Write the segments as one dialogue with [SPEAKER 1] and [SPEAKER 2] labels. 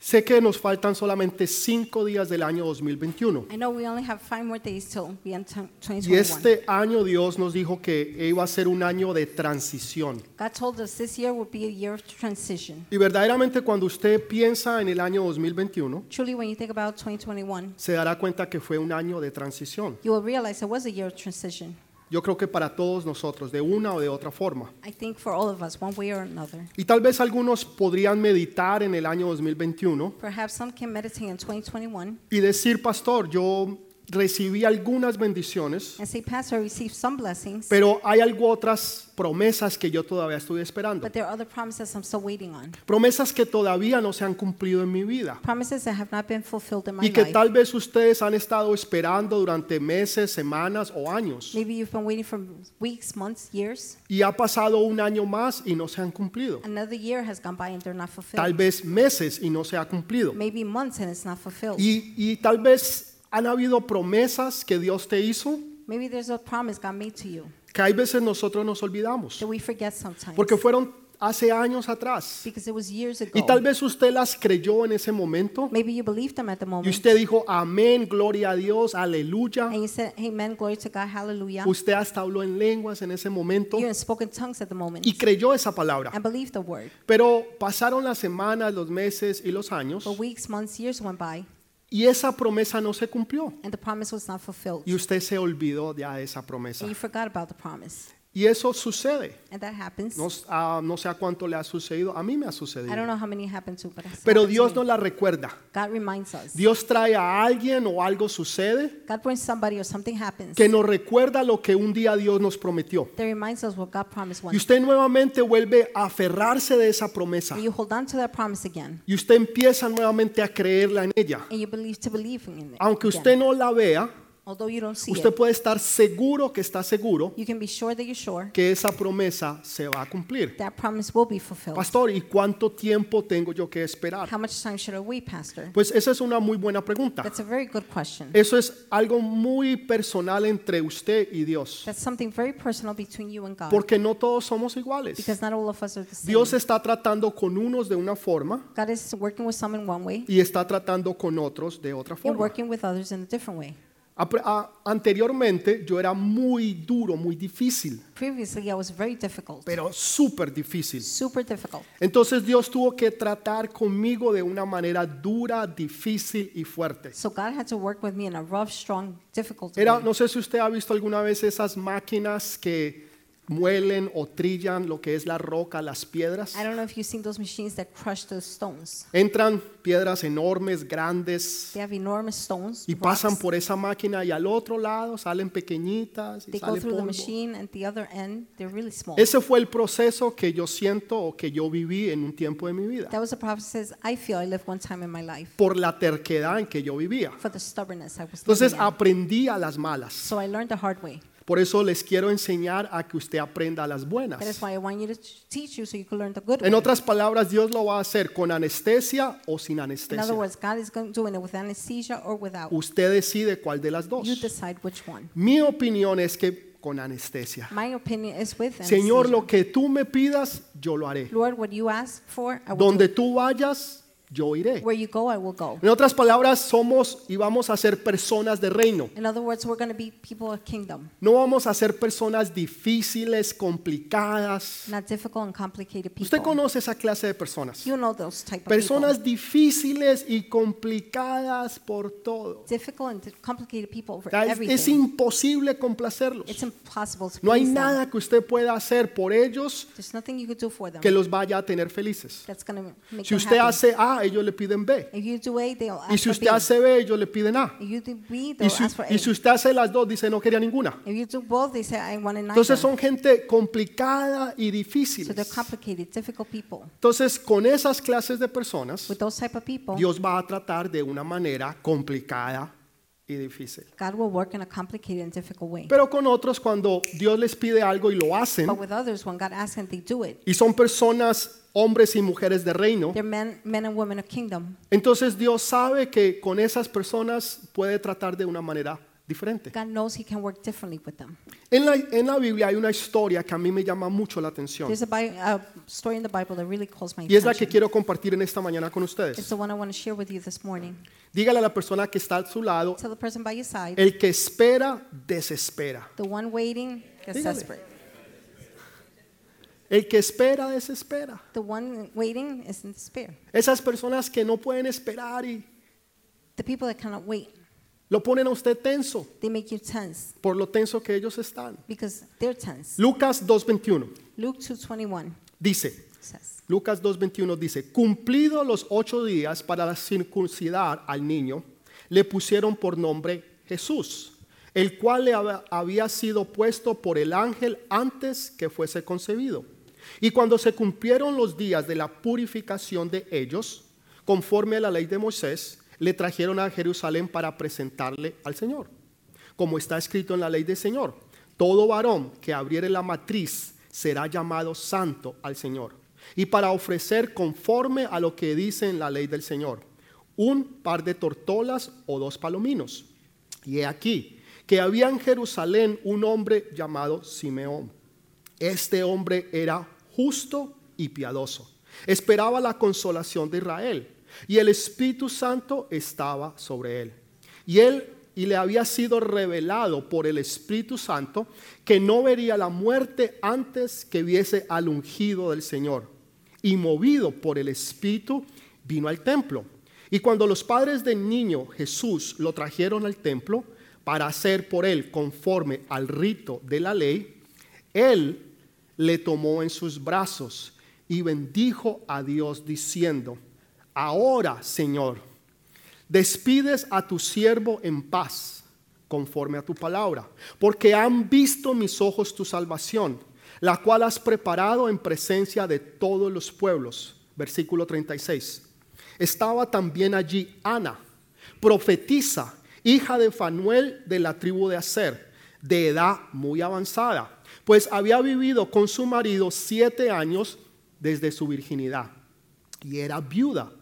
[SPEAKER 1] Sé que nos faltan solamente cinco días del año 2021.
[SPEAKER 2] I know we only have five more days till the end of
[SPEAKER 1] Y
[SPEAKER 2] 2021.
[SPEAKER 1] este año Dios nos dijo que iba a ser un año de transición.
[SPEAKER 2] God told us this year would be a year of transition.
[SPEAKER 1] Y verdaderamente cuando usted piensa en el año 2021,
[SPEAKER 2] Truly, when you think about 2021,
[SPEAKER 1] se dará cuenta que fue un año de transición.
[SPEAKER 2] you will realize it was a year of transition.
[SPEAKER 1] Yo creo que para todos nosotros, de una o de otra forma.
[SPEAKER 2] I think for all of us, one way or another.
[SPEAKER 1] Y tal vez algunos podrían meditar en el año 2021
[SPEAKER 2] Perhaps some can meditate in 2021
[SPEAKER 1] y decir, pastor, yo recibí algunas bendiciones,
[SPEAKER 2] and say, Pastor, I received some blessings,
[SPEAKER 1] pero hay algo otras promesas que yo todavía estoy esperando.
[SPEAKER 2] but there are other promises I'm still waiting on.
[SPEAKER 1] Promesas que todavía no se han cumplido en mi vida.
[SPEAKER 2] Promises that have not been fulfilled in my
[SPEAKER 1] Y que
[SPEAKER 2] life.
[SPEAKER 1] tal vez ustedes han estado esperando durante meses, semanas o años.
[SPEAKER 2] Maybe you've been waiting for weeks, months, years.
[SPEAKER 1] Y ha pasado un año más y no se han cumplido.
[SPEAKER 2] Another year has gone by and they're not
[SPEAKER 1] Tal
[SPEAKER 2] fulfilled.
[SPEAKER 1] vez meses y no se ha cumplido.
[SPEAKER 2] Maybe months and it's not fulfilled.
[SPEAKER 1] Y, y tal vez han habido promesas que Dios te hizo
[SPEAKER 2] Maybe there's a promise God made to you
[SPEAKER 1] que hay veces nosotros nos olvidamos.
[SPEAKER 2] that we forget sometimes
[SPEAKER 1] Porque fueron hace años atrás.
[SPEAKER 2] because it was years ago.
[SPEAKER 1] Y tal vez usted las creyó en ese momento
[SPEAKER 2] Maybe you believed them at the
[SPEAKER 1] y
[SPEAKER 2] moment
[SPEAKER 1] usted dijo, amén, gloria a Dios, aleluya.
[SPEAKER 2] and you said, Amen, glory to God, hallelujah.
[SPEAKER 1] Usted hasta habló en lenguas en ese momento
[SPEAKER 2] You in spoken tongues at the moment
[SPEAKER 1] y creyó esa palabra.
[SPEAKER 2] and believed the word.
[SPEAKER 1] Pero pasaron las semanas, los meses y los años
[SPEAKER 2] But weeks, months, years went by
[SPEAKER 1] y esa promesa no se cumplió.
[SPEAKER 2] and the promise was not fulfilled.
[SPEAKER 1] Y usted se olvidó ya de esa promesa.
[SPEAKER 2] And you forgot about the promise.
[SPEAKER 1] Y eso sucede.
[SPEAKER 2] And that happens.
[SPEAKER 1] No, s- ah, no sé a cuánto le ha sucedido, a mí me ha
[SPEAKER 2] I don't
[SPEAKER 1] sucedido.
[SPEAKER 2] know how many happened to, but it's
[SPEAKER 1] Pero
[SPEAKER 2] happened to
[SPEAKER 1] Dios
[SPEAKER 2] me.
[SPEAKER 1] nos la recuerda.
[SPEAKER 2] God reminds us.
[SPEAKER 1] Dios trae a alguien o algo sucede
[SPEAKER 2] God brings somebody or something happens
[SPEAKER 1] que nos recuerda lo que un día Dios nos prometió.
[SPEAKER 2] that reminds us what God promised once.
[SPEAKER 1] Y usted nuevamente vuelve a aferrarse de esa promesa.
[SPEAKER 2] And you hold on to that promise again.
[SPEAKER 1] Y usted empieza nuevamente a creerla en ella.
[SPEAKER 2] And you believe to believe in it.
[SPEAKER 1] Aunque
[SPEAKER 2] again.
[SPEAKER 1] usted no la vea,
[SPEAKER 2] Although you don't see
[SPEAKER 1] usted
[SPEAKER 2] it,
[SPEAKER 1] puede estar seguro que está seguro
[SPEAKER 2] you can be sure that you're sure
[SPEAKER 1] que esa promesa se va a cumplir.
[SPEAKER 2] that promise will be fulfilled.
[SPEAKER 1] Pastor, ¿y cuánto tiempo tengo yo que esperar?
[SPEAKER 2] How much time should I wait, Pastor?
[SPEAKER 1] Pues esa es una muy buena pregunta.
[SPEAKER 2] That's a very good question.
[SPEAKER 1] Eso es algo muy personal entre usted y Dios,
[SPEAKER 2] That's something very personal between you and God.
[SPEAKER 1] porque no todos somos iguales.
[SPEAKER 2] Because not all of us are the same.
[SPEAKER 1] Dios está tratando con unos de una forma
[SPEAKER 2] God is working with some in one way
[SPEAKER 1] y está tratando con otros de otra
[SPEAKER 2] and
[SPEAKER 1] forma.
[SPEAKER 2] working with others in a different way.
[SPEAKER 1] Apre- a- Anteriormente yo era muy duro, muy difícil,
[SPEAKER 2] Previously, I was very difficult,
[SPEAKER 1] pero súper difícil.
[SPEAKER 2] super difficult.
[SPEAKER 1] Entonces Dios tuvo que tratar conmigo de una manera dura, difícil y fuerte.
[SPEAKER 2] So God had to work with me in a rough, strong, difficult way.
[SPEAKER 1] Era, no sé si usted ha visto alguna vez esas máquinas que muelen o trillan lo que es la roca, las piedras.
[SPEAKER 2] I don't know if you've seen those machines that crush those stones.
[SPEAKER 1] Entran piedras enormes, grandes,
[SPEAKER 2] They have enormous stones.
[SPEAKER 1] y pasan
[SPEAKER 2] rocks.
[SPEAKER 1] por esa máquina y al otro lado salen pequeñitas y
[SPEAKER 2] They go
[SPEAKER 1] sale
[SPEAKER 2] through the
[SPEAKER 1] polvo.
[SPEAKER 2] machine, and the other end, they're really small.
[SPEAKER 1] Ese fue el proceso que yo siento o que yo viví en un tiempo de mi vida,
[SPEAKER 2] That was the prophet says, I feel I lived one time in my life
[SPEAKER 1] por la terquedad en que yo vivía.
[SPEAKER 2] for the stubbornness I was
[SPEAKER 1] Entonces ah,
[SPEAKER 2] living in.
[SPEAKER 1] aprendí a las malas.
[SPEAKER 2] So I learned the hard way.
[SPEAKER 1] Por eso les quiero enseñar a que usted aprenda a las
[SPEAKER 2] That is
[SPEAKER 1] buenas.
[SPEAKER 2] why I want you to t- teach you so you can learn the good
[SPEAKER 1] En
[SPEAKER 2] way.
[SPEAKER 1] otras palabras, Dios lo va a hacer con anestesia o sin
[SPEAKER 2] In other
[SPEAKER 1] anestesia.
[SPEAKER 2] words, God is going, doing it with anesthesia or without.
[SPEAKER 1] Usted decide cuál de las dos.
[SPEAKER 2] You decide which one.
[SPEAKER 1] Mi opinión es que con anestesia.
[SPEAKER 2] My opinion is with
[SPEAKER 1] Señor,
[SPEAKER 2] anesthesia.
[SPEAKER 1] lo que tú me pidas, yo lo haré.
[SPEAKER 2] Lord, what you ask for, I will do.
[SPEAKER 1] Donde tú vayas, yo iré.
[SPEAKER 2] Where you go, I will go.
[SPEAKER 1] En otras palabras, somos y vamos a ser personas de reino.
[SPEAKER 2] In other words, we're going to be people of kingdom,
[SPEAKER 1] No vamos a ser personas difíciles, complicadas.
[SPEAKER 2] not difficult and complicated
[SPEAKER 1] Usted
[SPEAKER 2] people.
[SPEAKER 1] conoce esa clase de personas.
[SPEAKER 2] You know those type of people.
[SPEAKER 1] Personas difíciles y complicadas por todo.
[SPEAKER 2] Difficult and di- complicated people over
[SPEAKER 1] O sea, Es, es
[SPEAKER 2] everything.
[SPEAKER 1] imposible complacerlos.
[SPEAKER 2] It's impossible to
[SPEAKER 1] No hay
[SPEAKER 2] please them.
[SPEAKER 1] nada que usted pueda hacer por ellos
[SPEAKER 2] There's nothing you could do for them
[SPEAKER 1] que los vaya a tener felices.
[SPEAKER 2] that's going to make
[SPEAKER 1] Si
[SPEAKER 2] them
[SPEAKER 1] usted
[SPEAKER 2] happy.
[SPEAKER 1] hace A, ellos le piden B.
[SPEAKER 2] if you do A, they'll
[SPEAKER 1] Y
[SPEAKER 2] ask
[SPEAKER 1] si
[SPEAKER 2] for
[SPEAKER 1] usted
[SPEAKER 2] B.
[SPEAKER 1] hace B, ellos le piden A.
[SPEAKER 2] If you do B, they'll
[SPEAKER 1] Y si,
[SPEAKER 2] ask for A.
[SPEAKER 1] y si usted hace las dos, dice no quería ninguna.
[SPEAKER 2] if you do both, they say, I want a nine.
[SPEAKER 1] Entonces son gente complicada y difícil.
[SPEAKER 2] so they're complicated, difficult people.
[SPEAKER 1] Entonces con esas clases de personas,
[SPEAKER 2] With those type of people,
[SPEAKER 1] Dios va a tratar de una manera complicada y difícil.
[SPEAKER 2] God will work in a complicated and difficult way.
[SPEAKER 1] Pero con otros, cuando Dios les pide algo y lo hacen,
[SPEAKER 2] But with others, when God asks them, they do it.
[SPEAKER 1] y son personas, hombres y mujeres de reino,
[SPEAKER 2] They're men, men and women of kingdom.
[SPEAKER 1] Entonces Dios sabe que con esas personas puede tratar de una manera diferente.
[SPEAKER 2] God knows He can work differently with them.
[SPEAKER 1] En la, en la Biblia hay una historia que a mí me llama mucho la atención
[SPEAKER 2] There's a, Bi- a story in the Bible that really calls my
[SPEAKER 1] y es la que
[SPEAKER 2] attention.
[SPEAKER 1] quiero compartir en esta mañana con
[SPEAKER 2] It's
[SPEAKER 1] ustedes.
[SPEAKER 2] the one I want to share with you this morning.
[SPEAKER 1] Dígale a la persona que está a su lado,
[SPEAKER 2] Tell the person by your side,
[SPEAKER 1] el que espera, desespera.
[SPEAKER 2] the one waiting gets
[SPEAKER 1] Dígale.
[SPEAKER 2] desperate.
[SPEAKER 1] El que espera, desespera.
[SPEAKER 2] The one waiting is in despair.
[SPEAKER 1] Esas personas que no pueden esperar y
[SPEAKER 2] The people that cannot wait,
[SPEAKER 1] lo ponen a usted tenso
[SPEAKER 2] they make you tense
[SPEAKER 1] por lo tenso que ellos están.
[SPEAKER 2] because they're tense.
[SPEAKER 1] Lucas 2.21
[SPEAKER 2] Luke 2:21
[SPEAKER 1] dice,
[SPEAKER 2] says,
[SPEAKER 1] Lucas 2.21 dice, cumplido los ocho días para la circuncidar al niño, le pusieron por nombre Jesús, el cual le hab- había sido puesto por el ángel antes que fuese concebido. Y cuando se cumplieron los días de la purificación de ellos, conforme a la ley de Moisés, le trajeron a Jerusalén para presentarle al Señor como está escrito en la ley del Señor. Todo varón que abriere la matriz será llamado santo al Señor. Y para ofrecer conforme a lo que dice en la ley del Señor, un par de tortolas o dos palominos. Y he aquí que había en Jerusalén un hombre llamado Simeón. Este hombre era justo y piadoso. Esperaba la consolación de Israel y el Espíritu Santo estaba sobre él. Y él y le había sido revelado por el Espíritu Santo que no vería la muerte antes que viese al ungido del Señor. Y movido por el Espíritu vino al templo. Y cuando los padres del niño Jesús lo trajeron al templo para hacer por él conforme al rito de la ley, él le tomó en sus brazos y bendijo a Dios diciendo, ahora Señor, despides a tu siervo en paz conforme a tu palabra, porque han visto mis ojos tu salvación, la cual has preparado en presencia de todos los pueblos. Versículo 36. Estaba también allí Ana, profetisa, hija de Fanuel de la tribu de Aser, de edad muy avanzada, pues había vivido con su marido siete años desde su virginidad y era viuda.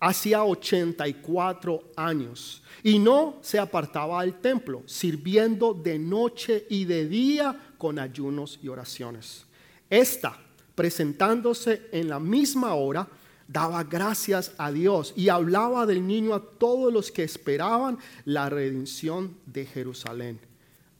[SPEAKER 1] Hacía 84 años y no se apartaba del templo, sirviendo de noche y de día con ayunos y oraciones. Esta, presentándose en la misma hora, daba gracias a Dios y hablaba del niño a todos los que esperaban la redención de Jerusalén.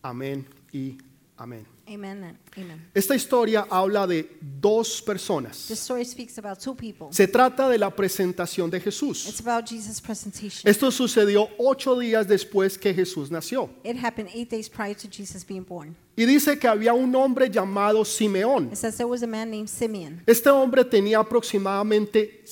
[SPEAKER 1] Amén y amén.
[SPEAKER 2] Amen and Amen.
[SPEAKER 1] Esta historia habla de dos personas.
[SPEAKER 2] This story speaks about two people.
[SPEAKER 1] Se trata de la presentación de
[SPEAKER 2] It's
[SPEAKER 1] Jesús.
[SPEAKER 2] about Jesus' presentation.
[SPEAKER 1] Esto sucedió ocho días después que Jesús nació.
[SPEAKER 2] It happened eight days prior to Jesus being born.
[SPEAKER 1] Y dice que había un hombre llamado Simeón.
[SPEAKER 2] It says there was a man named Simeon.
[SPEAKER 1] Este hombre tenía aproximadamente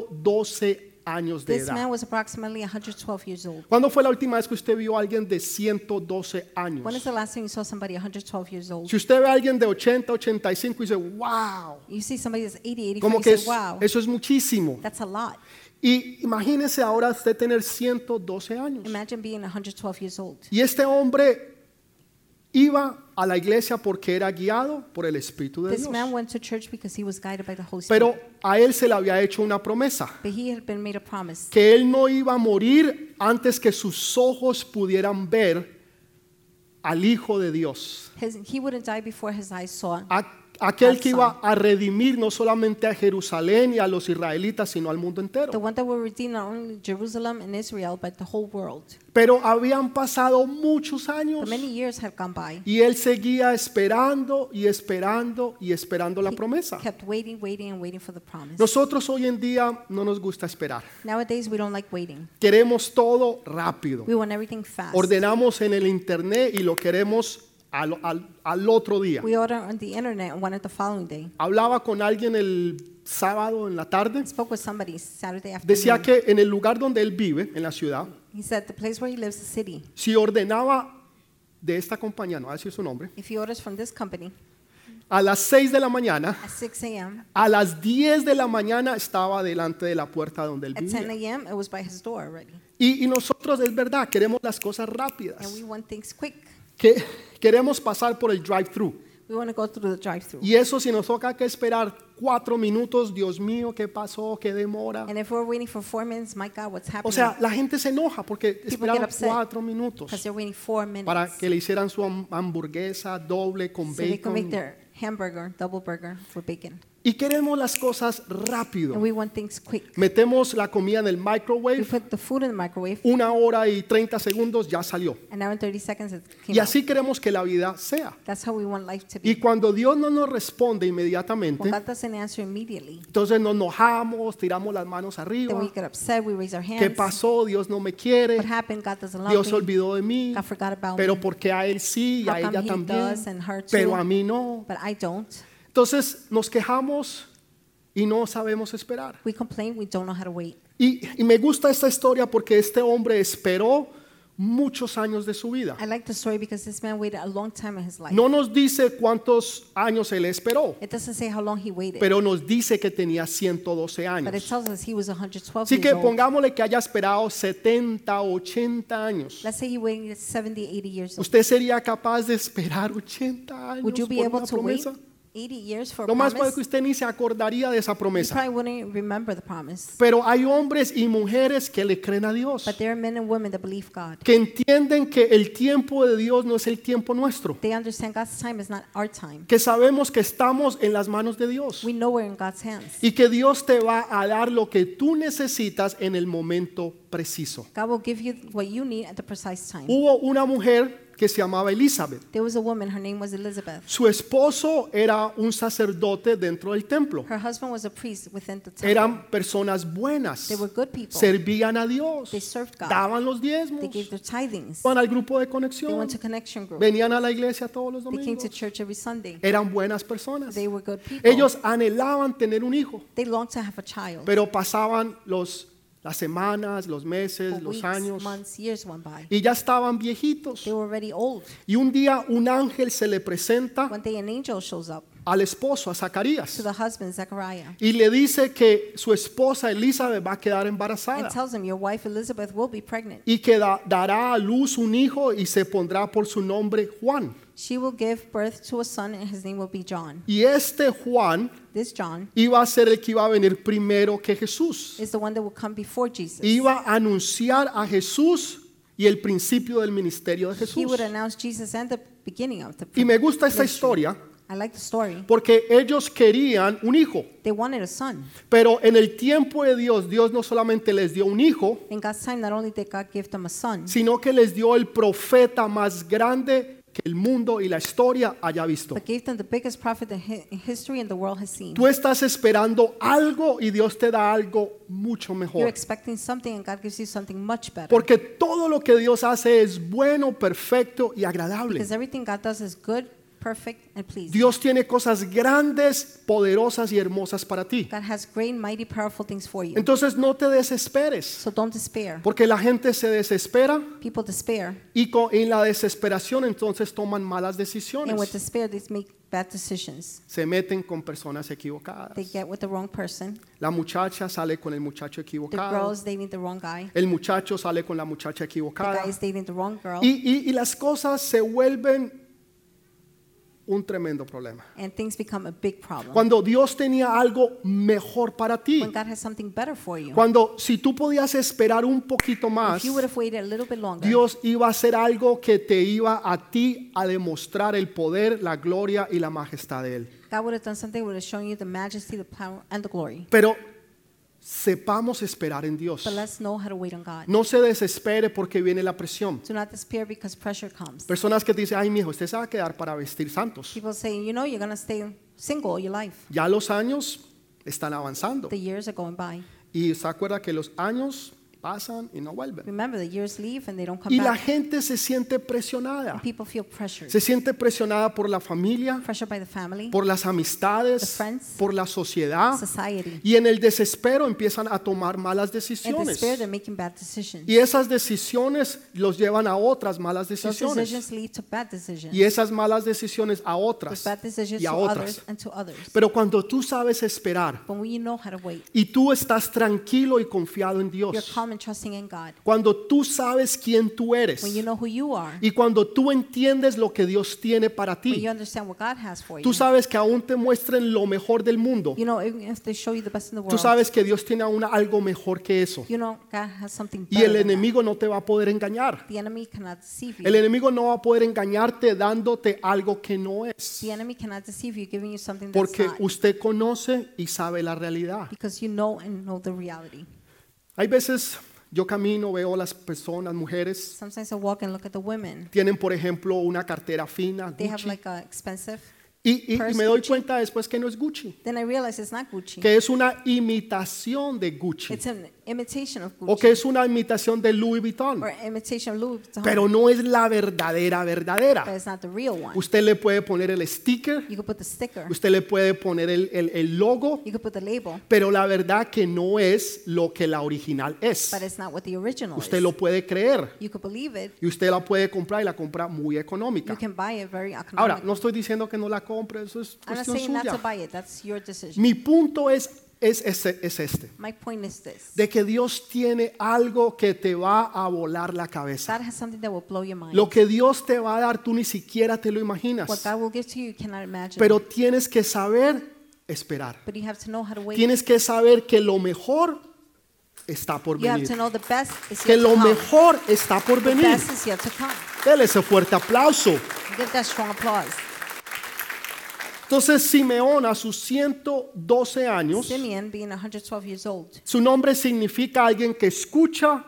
[SPEAKER 1] 112 años de
[SPEAKER 2] This man
[SPEAKER 1] edad.
[SPEAKER 2] was approximately 112 years old.
[SPEAKER 1] ¿Cuándo fue la última vez que usted vio a alguien de 112
[SPEAKER 2] When is
[SPEAKER 1] años?
[SPEAKER 2] the last time you saw somebody 112 years old?
[SPEAKER 1] Si usted ve a alguien de 80, 85 y dice, wow,
[SPEAKER 2] You see somebody that's 80, 85,
[SPEAKER 1] como
[SPEAKER 2] you
[SPEAKER 1] que
[SPEAKER 2] say,
[SPEAKER 1] es-
[SPEAKER 2] wow,
[SPEAKER 1] eso es muchísimo.
[SPEAKER 2] that's a lot.
[SPEAKER 1] Y imagínese ahora usted tener 112 años.
[SPEAKER 2] Imagine being 112 years old.
[SPEAKER 1] Y este hombre iba a la iglesia porque era guiado por el Espíritu de
[SPEAKER 2] This man
[SPEAKER 1] Dios.
[SPEAKER 2] went to church because he was guided by the Holy Spirit.
[SPEAKER 1] Pero a él se le había hecho una promesa,
[SPEAKER 2] but he had been made a promise
[SPEAKER 1] que él no iba a morir antes que sus ojos pudieran ver al Hijo de Dios,
[SPEAKER 2] His, he wouldn't die before his eyes saw.
[SPEAKER 1] a- aquel que iba a redimir no solamente a Jerusalén y a los israelitas, sino al mundo
[SPEAKER 2] The
[SPEAKER 1] entero.
[SPEAKER 2] one that will redeem not only Jerusalem and Israel, but the whole world.
[SPEAKER 1] Pero habían pasado muchos
[SPEAKER 2] But
[SPEAKER 1] años
[SPEAKER 2] many years had gone by.
[SPEAKER 1] y él seguía esperando y esperando y esperando la
[SPEAKER 2] He
[SPEAKER 1] promesa.
[SPEAKER 2] kept waiting, waiting, and waiting for the promise.
[SPEAKER 1] Nosotros hoy en día no nos gusta esperar.
[SPEAKER 2] Nowadays, we don't like waiting.
[SPEAKER 1] Queremos todo rápido.
[SPEAKER 2] We want everything fast.
[SPEAKER 1] Ordenamos en el internet y lo queremos al, al- al otro día.
[SPEAKER 2] We order on the internet and want it the following day.
[SPEAKER 1] Hablaba con alguien el sábado en la tarde.
[SPEAKER 2] I spoke with somebody Saturday afternoon.
[SPEAKER 1] Decía que en el lugar donde él vive, en la ciudad,
[SPEAKER 2] he said the place where he lives, the city.
[SPEAKER 1] si ordenaba de esta compañía, no voy a decir su nombre,
[SPEAKER 2] If he orders from this company
[SPEAKER 1] a las 6 de la mañana,
[SPEAKER 2] at 6 a.m.,
[SPEAKER 1] a las 10 de la mañana estaba delante de la puerta donde él
[SPEAKER 2] at 10
[SPEAKER 1] vive.
[SPEAKER 2] a.m., it was by his door already.
[SPEAKER 1] Y, y nosotros, es verdad, queremos las cosas
[SPEAKER 2] And
[SPEAKER 1] rápidas.
[SPEAKER 2] we want things quick.
[SPEAKER 1] Que, queremos pasar por el drive-thru.
[SPEAKER 2] We want to go through the drive-through.
[SPEAKER 1] Y eso si nos toca que esperar cuatro minutos, Dios mío, ¿qué pasó? ¿Qué demora?
[SPEAKER 2] And if we're waiting for four minutes, my God, what's
[SPEAKER 1] O
[SPEAKER 2] happening?
[SPEAKER 1] sea, la gente se enoja porque esperaron
[SPEAKER 2] upset
[SPEAKER 1] cuatro minutos
[SPEAKER 2] Because they're waiting four minutes.
[SPEAKER 1] para que le hicieran su ham- hamburguesa doble con
[SPEAKER 2] so they can make
[SPEAKER 1] bacon.
[SPEAKER 2] their hamburger, double burger with bacon.
[SPEAKER 1] Y queremos las cosas
[SPEAKER 2] And
[SPEAKER 1] rápido.
[SPEAKER 2] we want things quick.
[SPEAKER 1] Metemos la comida en el
[SPEAKER 2] We
[SPEAKER 1] microwave,
[SPEAKER 2] put the food in the microwave,
[SPEAKER 1] una hora y 30 segundos ya salió.
[SPEAKER 2] and now in 30 seconds it came
[SPEAKER 1] Y
[SPEAKER 2] out.
[SPEAKER 1] así queremos que la vida sea.
[SPEAKER 2] That's how we want life to
[SPEAKER 1] Y
[SPEAKER 2] be.
[SPEAKER 1] cuando Dios no nos responde inmediatamente,
[SPEAKER 2] When God doesn't answer immediately,
[SPEAKER 1] entonces nos enojamos, tiramos las manos
[SPEAKER 2] then we
[SPEAKER 1] arriba.
[SPEAKER 2] get upset, we raise our hands.
[SPEAKER 1] ¿Qué pasó? Dios no me
[SPEAKER 2] What
[SPEAKER 1] quiere.
[SPEAKER 2] happened? God doesn't love
[SPEAKER 1] Dios se
[SPEAKER 2] me.
[SPEAKER 1] olvidó de mí.
[SPEAKER 2] God forgot about
[SPEAKER 1] Pero
[SPEAKER 2] me.
[SPEAKER 1] porque a él sí y
[SPEAKER 2] How
[SPEAKER 1] a
[SPEAKER 2] come
[SPEAKER 1] ella
[SPEAKER 2] he
[SPEAKER 1] también,
[SPEAKER 2] does and her too?
[SPEAKER 1] pero a mí no.
[SPEAKER 2] But I don't.
[SPEAKER 1] Entonces nos quejamos y no sabemos esperar.
[SPEAKER 2] We complain, we don't know how to wait.
[SPEAKER 1] Y, y me gusta esta historia porque este hombre esperó muchos años de su vida.
[SPEAKER 2] I like the story because this man waited a long time in his life.
[SPEAKER 1] No nos dice cuántos años él esperó,
[SPEAKER 2] It doesn't say how long he waited,
[SPEAKER 1] pero nos dice que tenía 112
[SPEAKER 2] but it
[SPEAKER 1] años.
[SPEAKER 2] tells us he was 112
[SPEAKER 1] Así que
[SPEAKER 2] years old.
[SPEAKER 1] pongámosle que haya esperado 70, 80 años.
[SPEAKER 2] Let's say he waited 70, 80 years old.
[SPEAKER 1] ¿Usted sería capaz de esperar 80 años
[SPEAKER 2] Would you
[SPEAKER 1] por
[SPEAKER 2] be able
[SPEAKER 1] una
[SPEAKER 2] to wait
[SPEAKER 1] promesa?
[SPEAKER 2] 80 years for a
[SPEAKER 1] Lo más probable
[SPEAKER 2] promise?
[SPEAKER 1] es que usted ni se acordaría de esa
[SPEAKER 2] You
[SPEAKER 1] promesa.
[SPEAKER 2] probably wouldn't remember the promise.
[SPEAKER 1] Pero hay hombres y mujeres que le creen a Dios,
[SPEAKER 2] But there are men and women that believe God.
[SPEAKER 1] que entienden que el tiempo de Dios no es el tiempo nuestro,
[SPEAKER 2] They understand God's time is not our time.
[SPEAKER 1] que sabemos que estamos en las manos de Dios
[SPEAKER 2] We know we're in God's hands.
[SPEAKER 1] y que Dios te va a dar lo que tú necesitas en el momento preciso.
[SPEAKER 2] God will give you what you need at the precise time.
[SPEAKER 1] Hubo una mujer que se llamaba Elizabeth.
[SPEAKER 2] There was a woman, her name was Elizabeth.
[SPEAKER 1] Su esposo era un sacerdote dentro del templo.
[SPEAKER 2] Her husband was a priest within the temple.
[SPEAKER 1] Eran personas buenas,
[SPEAKER 2] They were good people.
[SPEAKER 1] servían a Dios,
[SPEAKER 2] They served God.
[SPEAKER 1] daban los
[SPEAKER 2] They
[SPEAKER 1] diezmos,
[SPEAKER 2] gave their tithings.
[SPEAKER 1] iban al grupo de
[SPEAKER 2] They
[SPEAKER 1] conexión,
[SPEAKER 2] went to connection group.
[SPEAKER 1] venían a la iglesia todos los
[SPEAKER 2] They came
[SPEAKER 1] domingos.
[SPEAKER 2] to church every Sunday.
[SPEAKER 1] eran buenas personas.
[SPEAKER 2] They were good people.
[SPEAKER 1] Ellos anhelaban tener un hijo,
[SPEAKER 2] They longed to have a child.
[SPEAKER 1] pero pasaban los, las semanas, los meses,
[SPEAKER 2] But
[SPEAKER 1] los
[SPEAKER 2] weeks,
[SPEAKER 1] años
[SPEAKER 2] months, years went by.
[SPEAKER 1] y ya estaban viejitos.
[SPEAKER 2] They were already old.
[SPEAKER 1] Y un día un ángel se le presenta
[SPEAKER 2] One day an angel shows up
[SPEAKER 1] al esposo, a
[SPEAKER 2] to
[SPEAKER 1] Zacarías,
[SPEAKER 2] the husband, Zechariah,
[SPEAKER 1] y le dice que su esposa Elizabeth va a quedar
[SPEAKER 2] and
[SPEAKER 1] embarazada
[SPEAKER 2] tells him, Your wife Elizabeth will be pregnant.
[SPEAKER 1] y que da- dará a luz un hijo y se pondrá por su nombre Juan.
[SPEAKER 2] She will give birth to a son, and his name will be John.
[SPEAKER 1] Y este Juan
[SPEAKER 2] This John
[SPEAKER 1] iba a ser el que iba a venir primero que Jesús.
[SPEAKER 2] is the one that will come before Jesus.
[SPEAKER 1] iba a anunciar a Jesús y el principio del ministerio de
[SPEAKER 2] He
[SPEAKER 1] Jesús.
[SPEAKER 2] would announce Jesus and the beginning of the
[SPEAKER 1] Y me gusta esta
[SPEAKER 2] ministry.
[SPEAKER 1] historia
[SPEAKER 2] I like the story.
[SPEAKER 1] porque ellos querían un hijo,
[SPEAKER 2] They wanted a son.
[SPEAKER 1] pero en el tiempo de Dios, Dios no solamente les dio un hijo,
[SPEAKER 2] In God's time, not only did God give them a son,
[SPEAKER 1] sino que les dio el profeta más grande que el mundo y la historia haya visto.
[SPEAKER 2] but gave them the biggest prophet that hi- in history and the world has seen.
[SPEAKER 1] Tú estás esperando algo y Dios te da algo mucho
[SPEAKER 2] You're
[SPEAKER 1] mejor.
[SPEAKER 2] expecting something, and God gives you something much better.
[SPEAKER 1] Porque todo lo que Dios hace es bueno, perfecto y agradable.
[SPEAKER 2] Because everything God does is good, perfect, and pleasing.
[SPEAKER 1] Dios tiene cosas grandes, poderosas y hermosas para ti.
[SPEAKER 2] God has great, mighty, powerful things for you.
[SPEAKER 1] Entonces no te desesperes,
[SPEAKER 2] So don't despair.
[SPEAKER 1] porque la gente se desespera
[SPEAKER 2] People despair,
[SPEAKER 1] y co- en la desesperación entonces toman malas
[SPEAKER 2] and with
[SPEAKER 1] decisiones.
[SPEAKER 2] despair, they make bad decisions.
[SPEAKER 1] Se meten con personas
[SPEAKER 2] They
[SPEAKER 1] equivocadas.
[SPEAKER 2] get with the wrong person.
[SPEAKER 1] La muchacha sale con el muchacho
[SPEAKER 2] The
[SPEAKER 1] equivocado.
[SPEAKER 2] girls dating the wrong guy.
[SPEAKER 1] El muchacho sale con la muchacha
[SPEAKER 2] The
[SPEAKER 1] equivocada.
[SPEAKER 2] guy is dating the wrong girl.
[SPEAKER 1] Y, y- y las cosas se vuelven un tremendo problema.
[SPEAKER 2] And things become a big problem.
[SPEAKER 1] Cuando Dios tenía algo mejor para ti,
[SPEAKER 2] When God has something better for you.
[SPEAKER 1] cuando si tú podías esperar un poquito más,
[SPEAKER 2] If you would have waited a little bit longer,
[SPEAKER 1] Dios iba a hacer algo que te iba a ti a demostrar el poder, la gloria y la majestad de Él.
[SPEAKER 2] God would have done something, would have shown you the majesty, the power, and the glory.
[SPEAKER 1] Pero sepamos esperar en Dios.
[SPEAKER 2] But let's know how to wait on God.
[SPEAKER 1] No se desespere porque viene la presión.
[SPEAKER 2] Do not despair because pressure comes.
[SPEAKER 1] Personas que te dicen, ay, mi hijo, usted se va a quedar para vestir santos.
[SPEAKER 2] People say, you know, you're going to stay single all your life.
[SPEAKER 1] Ya los años están avanzando.
[SPEAKER 2] The years are going by.
[SPEAKER 1] Y se acuerda que los años pasan y no vuelven.
[SPEAKER 2] Remember, the years leave and they don't come
[SPEAKER 1] Y la
[SPEAKER 2] back.
[SPEAKER 1] gente se siente presionada.
[SPEAKER 2] People feel pressured.
[SPEAKER 1] Se siente presionada por la familia,
[SPEAKER 2] Pressured by the family,
[SPEAKER 1] por las amistades, por la sociedad.
[SPEAKER 2] society.
[SPEAKER 1] Y en el desespero empiezan a tomar malas
[SPEAKER 2] In
[SPEAKER 1] decisiones.
[SPEAKER 2] despair, they're making bad decisions.
[SPEAKER 1] Y esas decisiones los llevan a otras malas
[SPEAKER 2] Those
[SPEAKER 1] decisiones.
[SPEAKER 2] decisions lead to bad decisions.
[SPEAKER 1] Y esas malas decisiones a
[SPEAKER 2] Those
[SPEAKER 1] otras
[SPEAKER 2] bad decisions
[SPEAKER 1] y
[SPEAKER 2] to
[SPEAKER 1] a
[SPEAKER 2] others
[SPEAKER 1] otras.
[SPEAKER 2] and to others.
[SPEAKER 1] Pero cuando tú sabes esperar
[SPEAKER 2] But when you know how to wait,
[SPEAKER 1] y tú estás tranquilo y confiado en
[SPEAKER 2] you're
[SPEAKER 1] Dios,
[SPEAKER 2] calm and trusting in God.
[SPEAKER 1] Cuando tú sabes quién tú eres
[SPEAKER 2] When you know who you are,
[SPEAKER 1] y cuando tú entiendes lo que Dios tiene para
[SPEAKER 2] when you
[SPEAKER 1] ti,
[SPEAKER 2] understand what God has for you,
[SPEAKER 1] tú sabes que aún te muestren lo mejor del mundo.
[SPEAKER 2] you know, even if they show you the best in the world,
[SPEAKER 1] Tú sabes que Dios tiene aún algo mejor que eso.
[SPEAKER 2] you know, God has something
[SPEAKER 1] Y
[SPEAKER 2] better.
[SPEAKER 1] el
[SPEAKER 2] than that.
[SPEAKER 1] enemigo no te va a poder engañar.
[SPEAKER 2] The enemy cannot deceive you.
[SPEAKER 1] El enemigo no va a poder engañarte dándote algo que no es.
[SPEAKER 2] the enemy cannot deceive you, giving you something that's
[SPEAKER 1] Porque
[SPEAKER 2] not.
[SPEAKER 1] usted conoce y sabe la realidad.
[SPEAKER 2] because you know and know the reality.
[SPEAKER 1] Hay veces yo camino, veo las personas, mujeres,
[SPEAKER 2] Sometimes I walk and look at the women.
[SPEAKER 1] tienen por ejemplo una cartera fina,
[SPEAKER 2] They have
[SPEAKER 1] Gucci,
[SPEAKER 2] like a expensive.
[SPEAKER 1] y, y- y
[SPEAKER 2] purse
[SPEAKER 1] me doy
[SPEAKER 2] Gucci.
[SPEAKER 1] cuenta después que no es Gucci,
[SPEAKER 2] Then I realize it's not Gucci.
[SPEAKER 1] que es una imitación de Gucci,
[SPEAKER 2] It's an imitation of Gucci Uh-huh.
[SPEAKER 1] o que es una imitación de Louis Vuitton,
[SPEAKER 2] or imitation of Louis Vuitton,
[SPEAKER 1] pero no es la verdadera,
[SPEAKER 2] but
[SPEAKER 1] verdadera.
[SPEAKER 2] it's not the real one.
[SPEAKER 1] Usted le puede poner el sticker,
[SPEAKER 2] You could put the sticker.
[SPEAKER 1] usted le puede poner el- el- el logo,
[SPEAKER 2] You could put the label,
[SPEAKER 1] pero la verdad que no es lo que la original es.
[SPEAKER 2] but it's not what the original
[SPEAKER 1] Usted
[SPEAKER 2] is.
[SPEAKER 1] lo puede creer
[SPEAKER 2] You could believe it.
[SPEAKER 1] y usted la puede comprar y la compra muy
[SPEAKER 2] You
[SPEAKER 1] económica.
[SPEAKER 2] can buy it very
[SPEAKER 1] Ahora,
[SPEAKER 2] economical.
[SPEAKER 1] no estoy diciendo que no la compre, eso es
[SPEAKER 2] I'm not
[SPEAKER 1] cuestión
[SPEAKER 2] saying not to
[SPEAKER 1] suya.
[SPEAKER 2] buy it. That's your decision.
[SPEAKER 1] Mi punto es, es, es, es este,
[SPEAKER 2] My point is this.
[SPEAKER 1] de que Dios tiene algo que te va a volar la cabeza.
[SPEAKER 2] God has something that will blow your mind.
[SPEAKER 1] Lo que Dios te va a dar, tú ni siquiera te lo imaginas,
[SPEAKER 2] What God will give to you, you cannot imagine.
[SPEAKER 1] pero tienes que saber esperar.
[SPEAKER 2] but you have to know how to wait.
[SPEAKER 1] Tienes que saber que lo mejor está por
[SPEAKER 2] You have to
[SPEAKER 1] venir,
[SPEAKER 2] know the best is
[SPEAKER 1] que
[SPEAKER 2] yet to
[SPEAKER 1] lo
[SPEAKER 2] come.
[SPEAKER 1] mejor está por
[SPEAKER 2] The
[SPEAKER 1] venir.
[SPEAKER 2] best is yet to come.
[SPEAKER 1] Dele ese fuerte aplauso.
[SPEAKER 2] Give that strong applause.
[SPEAKER 1] Entonces Simeón a sus 112 años,
[SPEAKER 2] Simeon, being 112 years old,
[SPEAKER 1] su nombre significa alguien que escucha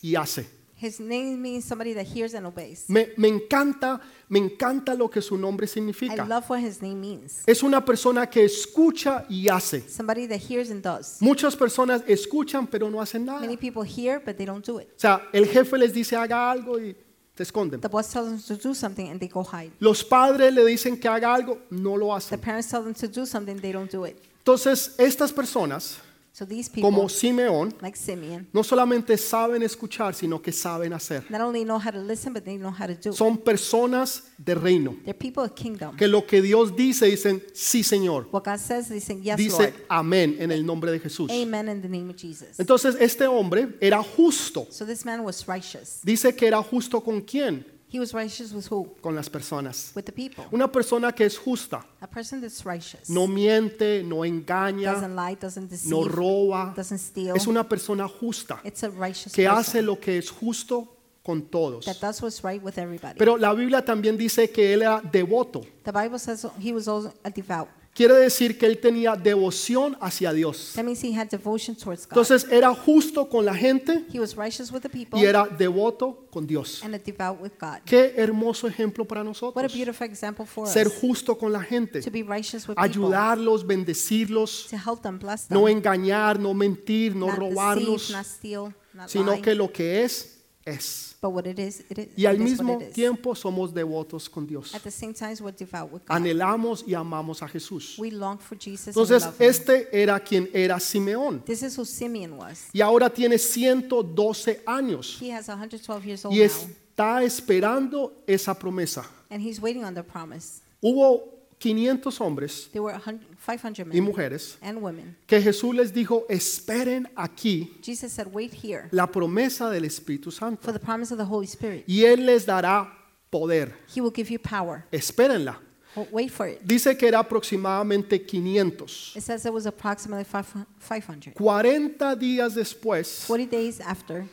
[SPEAKER 1] y hace.
[SPEAKER 2] his name means somebody that hears and obeys.
[SPEAKER 1] Me, me encanta, me encanta lo que su nombre
[SPEAKER 2] I
[SPEAKER 1] significa.
[SPEAKER 2] love what his name means.
[SPEAKER 1] Es una persona que escucha y hace.
[SPEAKER 2] Somebody that hears and does.
[SPEAKER 1] Muchas personas escuchan pero no hacen nada.
[SPEAKER 2] Many
[SPEAKER 1] O
[SPEAKER 2] people hear, but they don't do it.
[SPEAKER 1] sea, el jefe les dice haga algo y se esconden.
[SPEAKER 2] The boss tells them to do something and they go hide.
[SPEAKER 1] Los padres le dicen que haga algo, no lo
[SPEAKER 2] The
[SPEAKER 1] hacen.
[SPEAKER 2] parents tell them to do something, they don't do it.
[SPEAKER 1] Entonces, estas personas,
[SPEAKER 2] So these
[SPEAKER 1] como
[SPEAKER 2] people,
[SPEAKER 1] Simeón,
[SPEAKER 2] like Simeon,
[SPEAKER 1] no solamente saben escuchar, sino que saben hacer.
[SPEAKER 2] not only know how to listen, but they know how to do.
[SPEAKER 1] son personas de reino
[SPEAKER 2] They're people of kingdom.
[SPEAKER 1] que lo que Dios dice dicen sí Señor
[SPEAKER 2] What God says, they say, Yes, Lord.
[SPEAKER 1] dice amén en el nombre de Jesús
[SPEAKER 2] Amen in the name of Jesus.
[SPEAKER 1] entonces este hombre era justo
[SPEAKER 2] So this man was righteous.
[SPEAKER 1] dice que era justo con quién
[SPEAKER 2] He was righteous with who?
[SPEAKER 1] con las personas
[SPEAKER 2] With the people.
[SPEAKER 1] una persona que es justa
[SPEAKER 2] A person that's righteous.
[SPEAKER 1] no miente no engaña
[SPEAKER 2] doesn't lie, doesn't
[SPEAKER 1] no
[SPEAKER 2] deceive,
[SPEAKER 1] roba
[SPEAKER 2] doesn't steal.
[SPEAKER 1] es una persona justa
[SPEAKER 2] It's a righteous
[SPEAKER 1] que
[SPEAKER 2] person
[SPEAKER 1] hace lo que es justo con todos
[SPEAKER 2] that does what's right with everybody.
[SPEAKER 1] pero la Biblia también dice que él era devoto
[SPEAKER 2] the Bible says he was also a devout.
[SPEAKER 1] quiere decir que él tenía devoción hacia Dios
[SPEAKER 2] That means he had devotion towards God.
[SPEAKER 1] Entonces era justo con la gente
[SPEAKER 2] he was righteous with the people
[SPEAKER 1] y era devoto con Dios.
[SPEAKER 2] and a devout with God.
[SPEAKER 1] Qué hermoso ejemplo para
[SPEAKER 2] What a
[SPEAKER 1] nosotros.
[SPEAKER 2] beautiful example for
[SPEAKER 1] Ser
[SPEAKER 2] us
[SPEAKER 1] justo con la
[SPEAKER 2] to
[SPEAKER 1] gente,
[SPEAKER 2] be righteous with people,
[SPEAKER 1] ayudarlos, bendecirlos,
[SPEAKER 2] to help them, bless them,
[SPEAKER 1] no engañar, no mentir, no
[SPEAKER 2] not deceive,
[SPEAKER 1] robarnos,
[SPEAKER 2] not steal, not
[SPEAKER 1] sino
[SPEAKER 2] lie,
[SPEAKER 1] que lo que es, es.
[SPEAKER 2] but what it is, it is.
[SPEAKER 1] Y al
[SPEAKER 2] it is what
[SPEAKER 1] mismo
[SPEAKER 2] it is.
[SPEAKER 1] tiempo somos devotos con Dios.
[SPEAKER 2] At the same time, we're devout with God.
[SPEAKER 1] Anhelamos y amamos a Jesús.
[SPEAKER 2] We long for Jesus. and we
[SPEAKER 1] Entonces
[SPEAKER 2] love him.
[SPEAKER 1] este era quien era Simeón
[SPEAKER 2] this is who Simeon was.
[SPEAKER 1] y ahora tiene 112 años
[SPEAKER 2] He has 112 years old
[SPEAKER 1] y
[SPEAKER 2] now,
[SPEAKER 1] está esperando esa promesa.
[SPEAKER 2] and he's waiting on the promise.
[SPEAKER 1] Hubo 500 hombres
[SPEAKER 2] There were 100 500
[SPEAKER 1] y
[SPEAKER 2] men
[SPEAKER 1] mujeres
[SPEAKER 2] and women.
[SPEAKER 1] que Jesús les dijo, esperen aquí
[SPEAKER 2] Jesus said, Wait here
[SPEAKER 1] la promesa del Espíritu
[SPEAKER 2] for
[SPEAKER 1] Santo
[SPEAKER 2] the promise of the Holy Spirit.
[SPEAKER 1] y Él les dará poder.
[SPEAKER 2] He will give you power.
[SPEAKER 1] Espérenla.
[SPEAKER 2] Wa- Wait for it.
[SPEAKER 1] Dice que era aproximadamente 500.
[SPEAKER 2] It says it was approximately five- 500.
[SPEAKER 1] 40 días después,
[SPEAKER 2] 40 days after,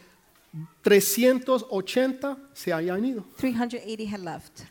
[SPEAKER 1] 380 se habían ido.
[SPEAKER 2] 380 had left.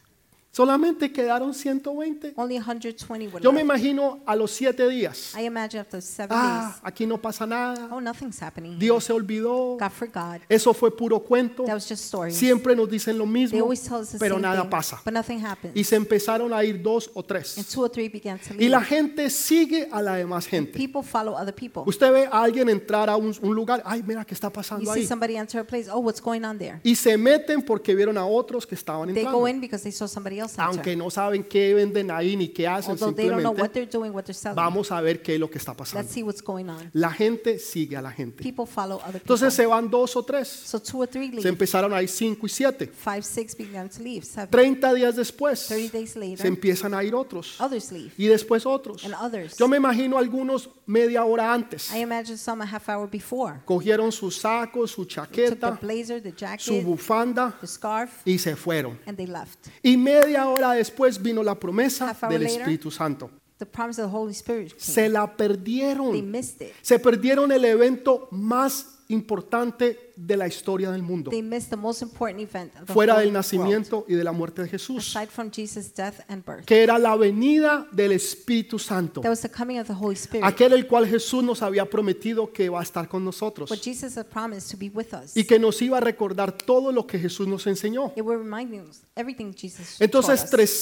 [SPEAKER 1] Solamente quedaron 120.
[SPEAKER 2] Only 120 were
[SPEAKER 1] Yo me
[SPEAKER 2] left.
[SPEAKER 1] imagino a los 7 días,
[SPEAKER 2] I imagine after seven
[SPEAKER 1] ah,
[SPEAKER 2] days,
[SPEAKER 1] aquí no pasa nada,
[SPEAKER 2] oh, nothing's happening.
[SPEAKER 1] Dios se olvidó,
[SPEAKER 2] God forgot.
[SPEAKER 1] eso fue puro cuento,
[SPEAKER 2] That was just stories.
[SPEAKER 1] Siempre nos dicen lo
[SPEAKER 2] They
[SPEAKER 1] mismo,
[SPEAKER 2] always tell us the
[SPEAKER 1] pero
[SPEAKER 2] same
[SPEAKER 1] nada
[SPEAKER 2] thing,
[SPEAKER 1] pasa.
[SPEAKER 2] but nothing happens.
[SPEAKER 1] Y se empezaron a ir dos o
[SPEAKER 2] and
[SPEAKER 1] tres.
[SPEAKER 2] two or three began to
[SPEAKER 1] Y
[SPEAKER 2] leave.
[SPEAKER 1] la gente sigue a la demás gente.
[SPEAKER 2] People follow other people.
[SPEAKER 1] Usted ve a alguien entrar a un, un lugar, ay, mira qué está
[SPEAKER 2] You
[SPEAKER 1] pasando
[SPEAKER 2] see
[SPEAKER 1] ahí.
[SPEAKER 2] somebody enter a place. Oh, what's going on there?
[SPEAKER 1] Y se meten porque vieron a otros que estaban
[SPEAKER 2] They go
[SPEAKER 1] entrando.
[SPEAKER 2] in because they saw somebody somebody else
[SPEAKER 1] aunque
[SPEAKER 2] enter.
[SPEAKER 1] no saben qué venden ahí ni qué hacen,
[SPEAKER 2] Although they don't know what
[SPEAKER 1] simplemente
[SPEAKER 2] they're doing, what they're selling.
[SPEAKER 1] vamos a ver qué es lo que está pasando.
[SPEAKER 2] Let's see what's going on.
[SPEAKER 1] La gente sigue a la gente.
[SPEAKER 2] People follow other people.
[SPEAKER 1] Entonces se van dos o tres.
[SPEAKER 2] so two or three
[SPEAKER 1] Se
[SPEAKER 2] leave.
[SPEAKER 1] empezaron a ir cinco y siete.
[SPEAKER 2] Five, six began to leave. Seven,
[SPEAKER 1] 30 días después
[SPEAKER 2] 30
[SPEAKER 1] se
[SPEAKER 2] days later,
[SPEAKER 1] empiezan a ir otros
[SPEAKER 2] others leave.
[SPEAKER 1] y después otros.
[SPEAKER 2] And others.
[SPEAKER 1] Yo me imagino algunos media hora antes.
[SPEAKER 2] I imagine some a half hour before.
[SPEAKER 1] Cogieron su saco, su
[SPEAKER 2] Took the
[SPEAKER 1] chaqueta,
[SPEAKER 2] blazer, the
[SPEAKER 1] su
[SPEAKER 2] jacket,
[SPEAKER 1] bufanda
[SPEAKER 2] the scarf,
[SPEAKER 1] y se fueron.
[SPEAKER 2] and they left.
[SPEAKER 1] Y media hora después vino la promesa
[SPEAKER 2] Half hour
[SPEAKER 1] del
[SPEAKER 2] later.
[SPEAKER 1] Espíritu Santo.
[SPEAKER 2] The promise of the Holy Spirit came.
[SPEAKER 1] Se la
[SPEAKER 2] They
[SPEAKER 1] perdieron.
[SPEAKER 2] missed it.
[SPEAKER 1] Se perdieron el evento más importante de la historia del mundo.
[SPEAKER 2] They missed the most important event of the
[SPEAKER 1] Fuera
[SPEAKER 2] whole
[SPEAKER 1] del
[SPEAKER 2] world,
[SPEAKER 1] nacimiento y de la muerte de Jesús.
[SPEAKER 2] aside from Jesus' death and birth.
[SPEAKER 1] Que era la venida del Espíritu Santo.
[SPEAKER 2] That was the coming of the Holy Spirit.
[SPEAKER 1] Aquel el cual Jesús nos había prometido que va a estar con nosotros.
[SPEAKER 2] What Jesus had promised to be with us.
[SPEAKER 1] Y que nos iba a recordar todo lo que Jesús nos enseñó.
[SPEAKER 2] It will remind us everything Jesus
[SPEAKER 1] Entonces
[SPEAKER 2] taught us.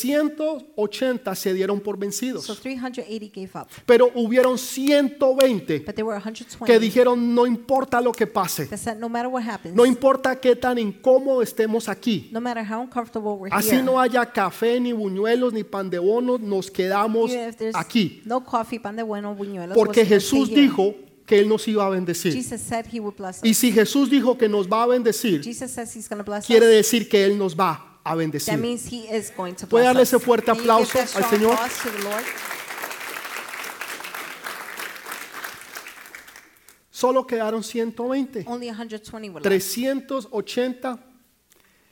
[SPEAKER 1] 380 se dieron por
[SPEAKER 2] So
[SPEAKER 1] vencidos.
[SPEAKER 2] 380 gave up,
[SPEAKER 1] Pero hubieron 120
[SPEAKER 2] but there were
[SPEAKER 1] que
[SPEAKER 2] 120
[SPEAKER 1] dijeron no importa lo que pase,
[SPEAKER 2] that said, no matter what happens,
[SPEAKER 1] no importa qué tan incómodo estemos aquí,
[SPEAKER 2] no matter how uncomfortable we're
[SPEAKER 1] así
[SPEAKER 2] here,
[SPEAKER 1] no haya café, ni buñuelos, ni pan de bono, nos quedamos
[SPEAKER 2] even if there's
[SPEAKER 1] aquí.
[SPEAKER 2] no coffee, pan de bueno, buñuelos, we'll
[SPEAKER 1] Porque
[SPEAKER 2] still stay
[SPEAKER 1] Jesús
[SPEAKER 2] here.
[SPEAKER 1] dijo que Él nos iba a bendecir.
[SPEAKER 2] Jesus said he would bless
[SPEAKER 1] Y
[SPEAKER 2] us.
[SPEAKER 1] si Jesús dijo que nos va a bendecir,
[SPEAKER 2] Jesus says he's going to bless
[SPEAKER 1] quiere
[SPEAKER 2] us.
[SPEAKER 1] decir que Él nos va a
[SPEAKER 2] That
[SPEAKER 1] bendecir.
[SPEAKER 2] means he is going to
[SPEAKER 1] ¿Puede
[SPEAKER 2] bless
[SPEAKER 1] darle
[SPEAKER 2] us.
[SPEAKER 1] ese fuerte
[SPEAKER 2] Can you give
[SPEAKER 1] aplauso
[SPEAKER 2] that
[SPEAKER 1] al
[SPEAKER 2] strong
[SPEAKER 1] Señor?
[SPEAKER 2] applause to the Lord?
[SPEAKER 1] Solo quedaron 120.
[SPEAKER 2] Only 120 were left.
[SPEAKER 1] 380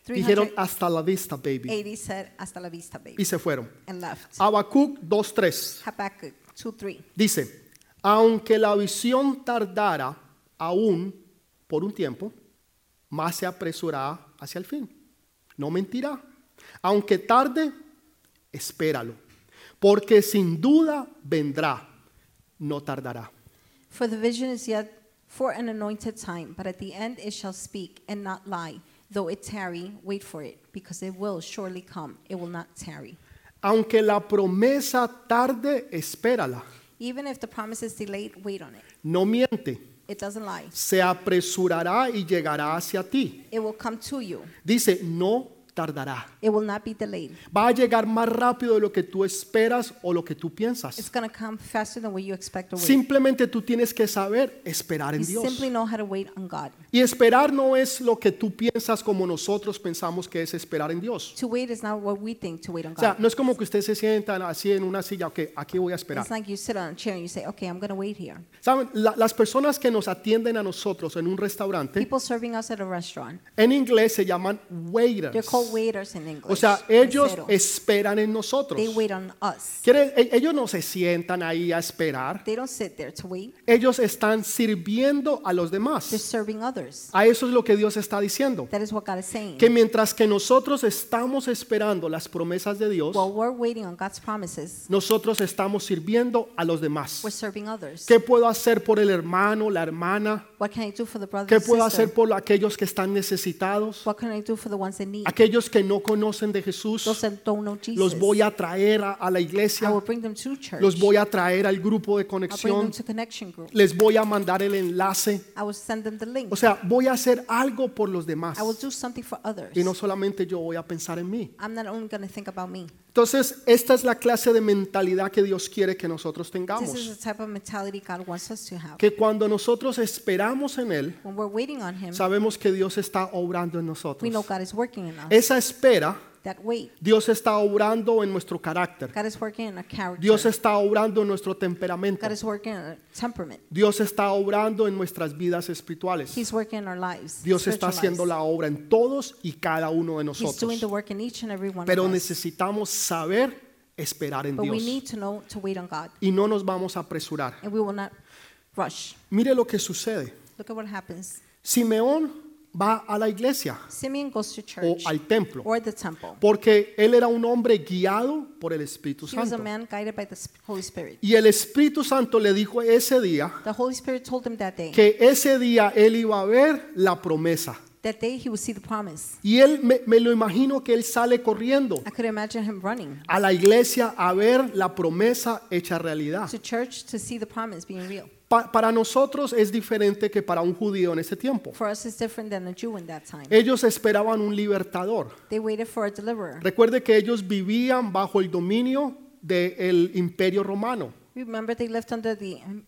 [SPEAKER 1] dijeron
[SPEAKER 2] 380
[SPEAKER 1] hasta la vista, baby.
[SPEAKER 2] said hasta la vista, baby,
[SPEAKER 1] Y se fueron.
[SPEAKER 2] and left.
[SPEAKER 1] Ah. Habacuc 2.3.
[SPEAKER 2] Habakkuk 2, 3.
[SPEAKER 1] Dice, aunque la visión tardara aún por un tiempo, más se apresurará hacia el fin. No mentirá. Aunque tarde, espéralo, porque sin duda vendrá, no tardará.
[SPEAKER 2] For the vision is yet for an anointed time, but at the end it shall speak and not lie. Though it tarry, wait for it, because it will surely come. It will not tarry.
[SPEAKER 1] Aunque la promesa tarde, espérala.
[SPEAKER 2] Even if the promise is delayed, wait on it.
[SPEAKER 1] No miente,
[SPEAKER 2] It doesn't lie.
[SPEAKER 1] se apresurará y llegará hacia ti.
[SPEAKER 2] It will come to you.
[SPEAKER 1] Dice, no tardará.
[SPEAKER 2] It will not be delayed.
[SPEAKER 1] Va a llegar más rápido de lo que tú esperas o lo que tú piensas.
[SPEAKER 2] It's going to come faster than what you expect or wait.
[SPEAKER 1] Simplemente tú tienes que saber esperar en
[SPEAKER 2] You
[SPEAKER 1] Dios.
[SPEAKER 2] simply know how to wait on God.
[SPEAKER 1] Y esperar no es lo que tú piensas como nosotros pensamos que es esperar en Dios.
[SPEAKER 2] To wait is not what we think to wait on
[SPEAKER 1] O sea,
[SPEAKER 2] God.
[SPEAKER 1] no es como que usted se sienta así en una silla, ok, aquí voy a esperar.
[SPEAKER 2] It's like you sit on a chair and you say, okay, I'm going to wait here.
[SPEAKER 1] ¿Saben? La- las personas que nos atienden a nosotros en un restaurante,
[SPEAKER 2] People serving us at a restaurant,
[SPEAKER 1] en inglés se llaman
[SPEAKER 2] they're
[SPEAKER 1] waiters.
[SPEAKER 2] called waiters in English.
[SPEAKER 1] O sea, ellos
[SPEAKER 2] Mesero.
[SPEAKER 1] esperan en nosotros.
[SPEAKER 2] they wait on us.
[SPEAKER 1] Quiere- e- ellos no se sientan ahí a esperar.
[SPEAKER 2] They don't sit there to wait.
[SPEAKER 1] Ellos están sirviendo a los
[SPEAKER 2] They're
[SPEAKER 1] demás.
[SPEAKER 2] serving others.
[SPEAKER 1] A eso es lo que Dios está diciendo.
[SPEAKER 2] That is what God is saying.
[SPEAKER 1] que mientras que nosotros estamos esperando las promesas de Dios,
[SPEAKER 2] While we're waiting on God's promises,
[SPEAKER 1] nosotros estamos sirviendo a los
[SPEAKER 2] we're
[SPEAKER 1] demás.
[SPEAKER 2] serving others.
[SPEAKER 1] ¿Qué puedo hacer por el hermano, la hermana?
[SPEAKER 2] What can I do for the brothers
[SPEAKER 1] ¿Qué
[SPEAKER 2] and
[SPEAKER 1] puedo
[SPEAKER 2] sisters?
[SPEAKER 1] hacer por aquellos que están necesitados?
[SPEAKER 2] What can I do for the ones that need?
[SPEAKER 1] Aquellos que no conocen de
[SPEAKER 2] Those
[SPEAKER 1] Jesús,
[SPEAKER 2] that don't know Jesus.
[SPEAKER 1] los voy a traer a, a la
[SPEAKER 2] I will
[SPEAKER 1] iglesia,
[SPEAKER 2] bring them to church.
[SPEAKER 1] los voy a traer al grupo de
[SPEAKER 2] I'll bring them
[SPEAKER 1] conexión,
[SPEAKER 2] to connection group.
[SPEAKER 1] les voy a mandar el enlace.
[SPEAKER 2] I will send them the link.
[SPEAKER 1] O sea, voy a hacer algo por los demás.
[SPEAKER 2] I will do something for others.
[SPEAKER 1] Y no solamente yo voy a pensar en mí.
[SPEAKER 2] I'm not only going to think about me.
[SPEAKER 1] Entonces, esta es la clase de mentalidad que Dios quiere que nosotros
[SPEAKER 2] This
[SPEAKER 1] tengamos.
[SPEAKER 2] is the type of mentality God wants us to have.
[SPEAKER 1] Que cuando nosotros esperamos en Él,
[SPEAKER 2] When we're waiting on Him,
[SPEAKER 1] sabemos que Dios está obrando en
[SPEAKER 2] we know
[SPEAKER 1] nosotros.
[SPEAKER 2] God is working in us.
[SPEAKER 1] Esa espera,
[SPEAKER 2] That wait,
[SPEAKER 1] Dios está obrando en nuestro carácter.
[SPEAKER 2] God is working in our character.
[SPEAKER 1] Dios está obrando en nuestro temperamento.
[SPEAKER 2] God is working in our temperament.
[SPEAKER 1] Dios está obrando en nuestras vidas espirituales.
[SPEAKER 2] He's working in our lives.
[SPEAKER 1] Dios está
[SPEAKER 2] spiritual
[SPEAKER 1] haciendo
[SPEAKER 2] lives.
[SPEAKER 1] la obra en todos y cada uno de
[SPEAKER 2] He's doing the
[SPEAKER 1] nosotros.
[SPEAKER 2] work in each and every one
[SPEAKER 1] Pero
[SPEAKER 2] of us.
[SPEAKER 1] necesitamos saber esperar en
[SPEAKER 2] But we
[SPEAKER 1] Dios
[SPEAKER 2] need to know to wait on God,
[SPEAKER 1] y no nos vamos a apresurar.
[SPEAKER 2] and we will not rush.
[SPEAKER 1] Mire lo que sucede.
[SPEAKER 2] Look at what happens.
[SPEAKER 1] Simeón va a la iglesia
[SPEAKER 2] Simeon goes to
[SPEAKER 1] o
[SPEAKER 2] church
[SPEAKER 1] al templo.
[SPEAKER 2] or the temple.
[SPEAKER 1] Porque él era un hombre guiado por el Espíritu
[SPEAKER 2] He was a
[SPEAKER 1] Santo.
[SPEAKER 2] man guided by the Sp- Holy Spirit.
[SPEAKER 1] Y el Espíritu Santo le dijo ese día
[SPEAKER 2] The Holy Spirit told him that day,
[SPEAKER 1] que ese día él iba a ver la promesa.
[SPEAKER 2] that day he would see the promise.
[SPEAKER 1] Y él me, me lo imagino que él sale corriendo
[SPEAKER 2] I could imagine him running
[SPEAKER 1] a la iglesia a ver la promesa hecha realidad.
[SPEAKER 2] to church to see the promise being real.
[SPEAKER 1] pa- para nosotros es diferente que para un judío en ese tiempo.
[SPEAKER 2] For us, it's different than a Jew in that time.
[SPEAKER 1] Ellos esperaban un libertador.
[SPEAKER 2] They waited for a deliverer.
[SPEAKER 1] Recuerde que ellos vivían bajo el dominio del imperio romano.
[SPEAKER 2] Remember, they lived under the um,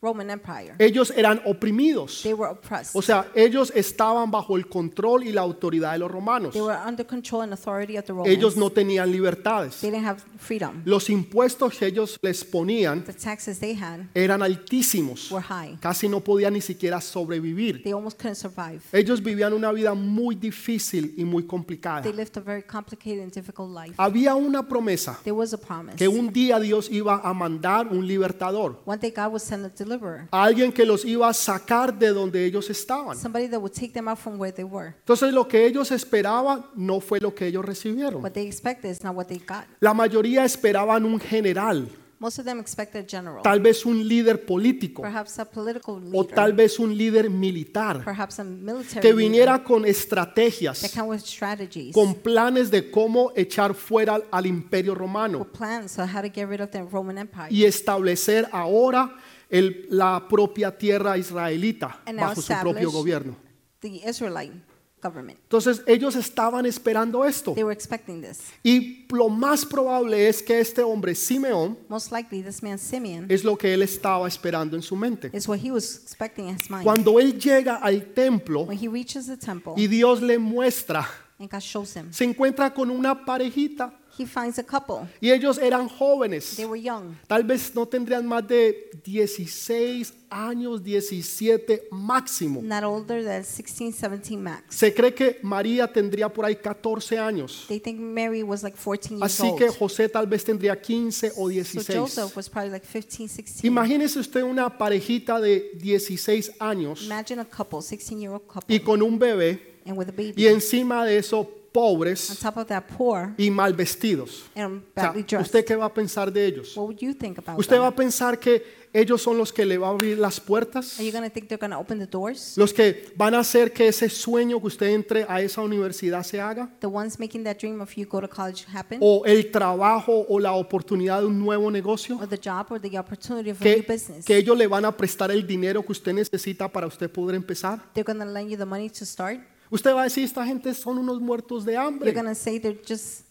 [SPEAKER 2] Roman Empire.
[SPEAKER 1] Ellos eran oprimidos.
[SPEAKER 2] They were oppressed.
[SPEAKER 1] O sea, ellos estaban bajo el control y la autoridad de los romanos.
[SPEAKER 2] They were under control and authority of the Romans.
[SPEAKER 1] Ellos no tenían libertades.
[SPEAKER 2] They didn't have freedom.
[SPEAKER 1] Los impuestos que ellos les ponían
[SPEAKER 2] The taxes they had
[SPEAKER 1] eran altísimos.
[SPEAKER 2] were high.
[SPEAKER 1] Casi no podían ni siquiera sobrevivir.
[SPEAKER 2] They almost couldn't survive.
[SPEAKER 1] Ellos vivían una vida muy difícil y muy complicada.
[SPEAKER 2] They lived a very complicated and difficult life.
[SPEAKER 1] Había una promesa
[SPEAKER 2] There was a promise.
[SPEAKER 1] que un día Dios iba a mandar un libertador,
[SPEAKER 2] One day God would send a deliverer,
[SPEAKER 1] a alguien que los iba a sacar de donde ellos estaban.
[SPEAKER 2] somebody that would take them out from where they were.
[SPEAKER 1] Entonces lo que ellos esperaban no fue lo que ellos recibieron.
[SPEAKER 2] What they expected is not what they got.
[SPEAKER 1] La mayoría esperaban un general,
[SPEAKER 2] Most of them expected a general,
[SPEAKER 1] tal vez un líder político
[SPEAKER 2] perhaps a political
[SPEAKER 1] o tal
[SPEAKER 2] leader,
[SPEAKER 1] vez un líder militar
[SPEAKER 2] perhaps a military
[SPEAKER 1] que
[SPEAKER 2] leader
[SPEAKER 1] viniera con
[SPEAKER 2] that
[SPEAKER 1] estrategias,
[SPEAKER 2] come with strategies,
[SPEAKER 1] con planes de cómo echar fuera al imperio romano.
[SPEAKER 2] with plans on how to get rid of the Roman Empire
[SPEAKER 1] y establecer ahora el- la propia tierra israelita
[SPEAKER 2] And now
[SPEAKER 1] bajo su propio
[SPEAKER 2] establish-
[SPEAKER 1] gobierno.
[SPEAKER 2] the Israelite government.
[SPEAKER 1] Entonces ellos estaban esperando esto.
[SPEAKER 2] They were expecting this.
[SPEAKER 1] Y lo más probable es que este hombre, Simeón,
[SPEAKER 2] Most likely, this man Simeon
[SPEAKER 1] es lo que él estaba esperando en su mente.
[SPEAKER 2] is what he was expecting in his mind.
[SPEAKER 1] Cuando él llega al templo
[SPEAKER 2] When he reaches the temple
[SPEAKER 1] y Dios le muestra,
[SPEAKER 2] and God shows him,
[SPEAKER 1] se encuentra con una parejita
[SPEAKER 2] he finds a couple.
[SPEAKER 1] y ellos eran jóvenes.
[SPEAKER 2] They were young.
[SPEAKER 1] Tal vez no tendrían más de 16 años, 17 máximo.
[SPEAKER 2] not older than 16, 17 max.
[SPEAKER 1] Se cree que María tendría por ahí 14 años.
[SPEAKER 2] They think Mary was like 14 years
[SPEAKER 1] Así
[SPEAKER 2] old.
[SPEAKER 1] que José tal vez tendría 15 o
[SPEAKER 2] so
[SPEAKER 1] 16.
[SPEAKER 2] Joseph was probably like 15, 16.
[SPEAKER 1] Imagínese usted una parejita de 16 años
[SPEAKER 2] Imagine a couple, 16 year old couple,
[SPEAKER 1] y con un bebé
[SPEAKER 2] and with a baby.
[SPEAKER 1] y encima de eso
[SPEAKER 2] On
[SPEAKER 1] pobres
[SPEAKER 2] top of that, poor
[SPEAKER 1] y mal vestidos.
[SPEAKER 2] and
[SPEAKER 1] O sea,
[SPEAKER 2] badly dressed.
[SPEAKER 1] ¿Usted qué va a pensar de ellos?
[SPEAKER 2] what would you think about
[SPEAKER 1] ¿Usted
[SPEAKER 2] them?
[SPEAKER 1] va a pensar que ellos son los que le van a abrir las puertas?
[SPEAKER 2] Are you going to think they're going to open the doors?
[SPEAKER 1] ¿Los que van a hacer que ese sueño que usted entre a esa universidad se haga?
[SPEAKER 2] The ones making that dream of you go to college happen?
[SPEAKER 1] ¿O el trabajo o la oportunidad de un nuevo negocio?
[SPEAKER 2] or the job or the opportunity for a new
[SPEAKER 1] que,
[SPEAKER 2] business?
[SPEAKER 1] que ellos le van a prestar el dinero que usted necesita para usted poder empezar.
[SPEAKER 2] they're going to lend you the money to start?
[SPEAKER 1] Usted va a decir, esta gente son unos muertos de
[SPEAKER 2] You're
[SPEAKER 1] hambre.
[SPEAKER 2] going to say they're just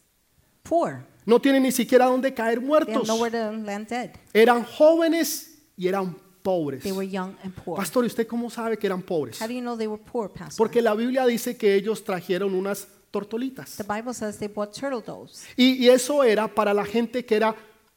[SPEAKER 2] poor.
[SPEAKER 1] No tienen ni siquiera dónde caer
[SPEAKER 2] They have
[SPEAKER 1] muertos.
[SPEAKER 2] nowhere to land dead.
[SPEAKER 1] Eran jóvenes y eran pobres.
[SPEAKER 2] They were young and poor.
[SPEAKER 1] Pastor, ¿y usted cómo sabe que eran pobres?
[SPEAKER 2] How do you know they were poor, Pastor?
[SPEAKER 1] Porque la Biblia dice que ellos trajeron unas tortolitas.
[SPEAKER 2] the Bible says they bought turtle doves.
[SPEAKER 1] Y, y eso era para la gente que era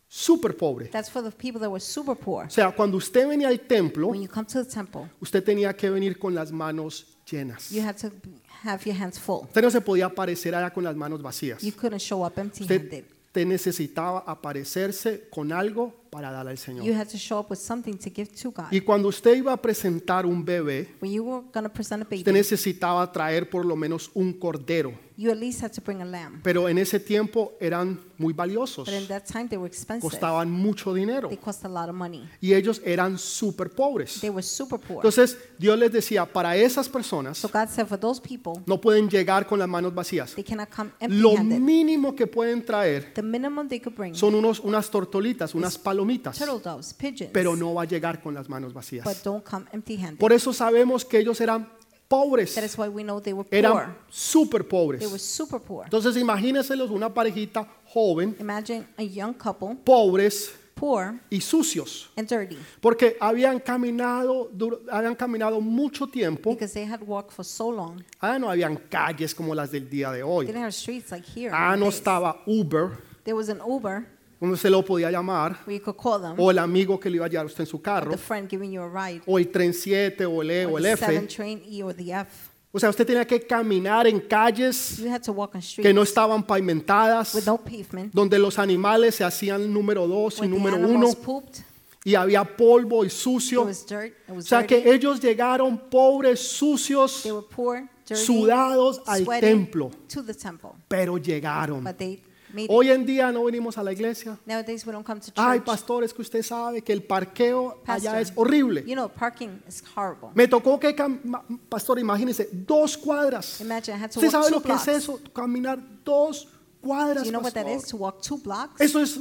[SPEAKER 1] súper pobre.
[SPEAKER 2] That's for the people that were super poor.
[SPEAKER 1] O sea, cuando usted venía al templo,
[SPEAKER 2] When you come to the temple,
[SPEAKER 1] usted tenía que venir con las manos llenas.
[SPEAKER 2] you had to b- have your hands full.
[SPEAKER 1] Usted no se podía aparecer allá con las manos vacías.
[SPEAKER 2] You couldn't show up empty
[SPEAKER 1] Usted
[SPEAKER 2] handed.
[SPEAKER 1] te necesitaba aparecerse con algo para dar al
[SPEAKER 2] You
[SPEAKER 1] Señor.
[SPEAKER 2] had to show up with something to give to
[SPEAKER 1] Y
[SPEAKER 2] God.
[SPEAKER 1] cuando usted iba a presentar un bebé,
[SPEAKER 2] When you were going to present a
[SPEAKER 1] usted
[SPEAKER 2] baby,
[SPEAKER 1] necesitaba traer por lo menos un cordero.
[SPEAKER 2] you at least had to bring a lamb.
[SPEAKER 1] Pero en ese tiempo eran muy valiosos,
[SPEAKER 2] But in that time, they were expensive.
[SPEAKER 1] costaban mucho dinero
[SPEAKER 2] They cost a lot of money.
[SPEAKER 1] y ellos eran súper pobres.
[SPEAKER 2] They were super poor.
[SPEAKER 1] Entonces Dios les decía, para esas personas
[SPEAKER 2] So God said, for those people,
[SPEAKER 1] no pueden llegar con las manos vacías.
[SPEAKER 2] they cannot come empty
[SPEAKER 1] Lo
[SPEAKER 2] handed.
[SPEAKER 1] mínimo que pueden traer
[SPEAKER 2] The minimum they could bring
[SPEAKER 1] son unos, unas tortolitas, unas palomitas,
[SPEAKER 2] turtle doves, pigeons,
[SPEAKER 1] pero no va a llegar con las manos vacías.
[SPEAKER 2] but don't come empty handed.
[SPEAKER 1] Por eso sabemos que ellos eran
[SPEAKER 2] That
[SPEAKER 1] pobres,
[SPEAKER 2] is why we know they were poor.
[SPEAKER 1] eran súper
[SPEAKER 2] They were
[SPEAKER 1] pobres.
[SPEAKER 2] super poor.
[SPEAKER 1] Entonces imagínenselos una parejita joven,
[SPEAKER 2] Imagine a young couple,
[SPEAKER 1] pobres
[SPEAKER 2] poor
[SPEAKER 1] y sucios,
[SPEAKER 2] and dirty,
[SPEAKER 1] porque habían caminado, dur- habían caminado mucho tiempo.
[SPEAKER 2] because they had walked for so long.
[SPEAKER 1] Ah, no habían calles como las del día de
[SPEAKER 2] They
[SPEAKER 1] hoy.
[SPEAKER 2] didn't have streets like here.
[SPEAKER 1] Ah, no
[SPEAKER 2] nowadays.
[SPEAKER 1] estaba Uber,
[SPEAKER 2] There was an Uber
[SPEAKER 1] uno se lo podía llamar,
[SPEAKER 2] where you could call them,
[SPEAKER 1] o el amigo que le iba a llevar a usted en su carro,
[SPEAKER 2] the friend giving you a ride,
[SPEAKER 1] o el tren 7, o el E, o
[SPEAKER 2] or
[SPEAKER 1] el
[SPEAKER 2] the seven
[SPEAKER 1] F.
[SPEAKER 2] train E or the F.
[SPEAKER 1] O sea, usted tenía que caminar en calles
[SPEAKER 2] You had to walk on
[SPEAKER 1] que
[SPEAKER 2] streets
[SPEAKER 1] no estaban pavimentadas.
[SPEAKER 2] with no pavement,
[SPEAKER 1] donde los animales se hacían número dos y
[SPEAKER 2] where the
[SPEAKER 1] número uno
[SPEAKER 2] animals pooped,
[SPEAKER 1] y había polvo y
[SPEAKER 2] it
[SPEAKER 1] sucio.
[SPEAKER 2] was dirt, it
[SPEAKER 1] O
[SPEAKER 2] was
[SPEAKER 1] sea que
[SPEAKER 2] dirty.
[SPEAKER 1] ellos llegaron pobres, sucios,
[SPEAKER 2] They were poor, dirty,
[SPEAKER 1] sudados al
[SPEAKER 2] sweating
[SPEAKER 1] templo,
[SPEAKER 2] to the temple,
[SPEAKER 1] pero llegaron.
[SPEAKER 2] but they made it.
[SPEAKER 1] Hoy en día no venimos a la iglesia.
[SPEAKER 2] Nowadays we don't come to
[SPEAKER 1] Ay,
[SPEAKER 2] church.
[SPEAKER 1] pastor, es que usted sabe que el parqueo allá
[SPEAKER 2] Pastor,
[SPEAKER 1] es horrible.
[SPEAKER 2] You know, parking is horrible.
[SPEAKER 1] Me tocó que, cam- ma- pastor, imagínese, dos cuadras.
[SPEAKER 2] Imagine I had to
[SPEAKER 1] ¿Usted
[SPEAKER 2] walk
[SPEAKER 1] sabe
[SPEAKER 2] two
[SPEAKER 1] lo que es
[SPEAKER 2] blocks.
[SPEAKER 1] eso? Caminar dos
[SPEAKER 2] Do
[SPEAKER 1] cuadras.
[SPEAKER 2] you know what that
[SPEAKER 1] pastor.
[SPEAKER 2] is? To walk two blocks?
[SPEAKER 1] Eso es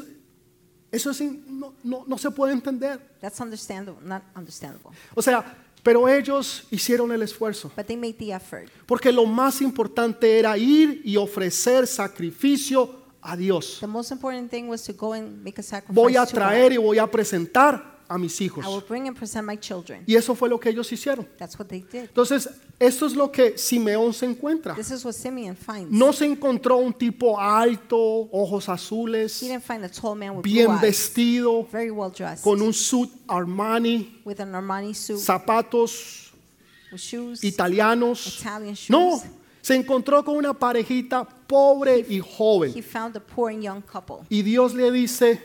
[SPEAKER 1] Eso es in- no, no- no se puede entender.
[SPEAKER 2] That's understandable, not understandable.
[SPEAKER 1] O sea, pero ellos hicieron el esfuerzo.
[SPEAKER 2] But they made the effort
[SPEAKER 1] Porque lo más importante era ir y ofrecer sacrificio a Dios.
[SPEAKER 2] The most important thing was to go and make a sacrifice.
[SPEAKER 1] Voy a
[SPEAKER 2] to God.
[SPEAKER 1] traer y voy a presentar a mis
[SPEAKER 2] I will
[SPEAKER 1] hijos.
[SPEAKER 2] bring and present my children.
[SPEAKER 1] Y eso fue lo que ellos hicieron.
[SPEAKER 2] That's what they did.
[SPEAKER 1] Entonces, esto es lo que Simeón se encuentra.
[SPEAKER 2] This is what Simeon finds.
[SPEAKER 1] No se encontró un tipo alto, ojos azules,
[SPEAKER 2] He didn't find a tall man with blue
[SPEAKER 1] bien
[SPEAKER 2] eyes,
[SPEAKER 1] vestido,
[SPEAKER 2] very well dressed,
[SPEAKER 1] con un suit Armani,
[SPEAKER 2] with an Armani suit,
[SPEAKER 1] zapatos
[SPEAKER 2] with shoes,
[SPEAKER 1] italianos.
[SPEAKER 2] Italian shoes.
[SPEAKER 1] No, se encontró con una parejita pobre y
[SPEAKER 2] He
[SPEAKER 1] joven.
[SPEAKER 2] found a poor and young couple.
[SPEAKER 1] Y Dios le dice,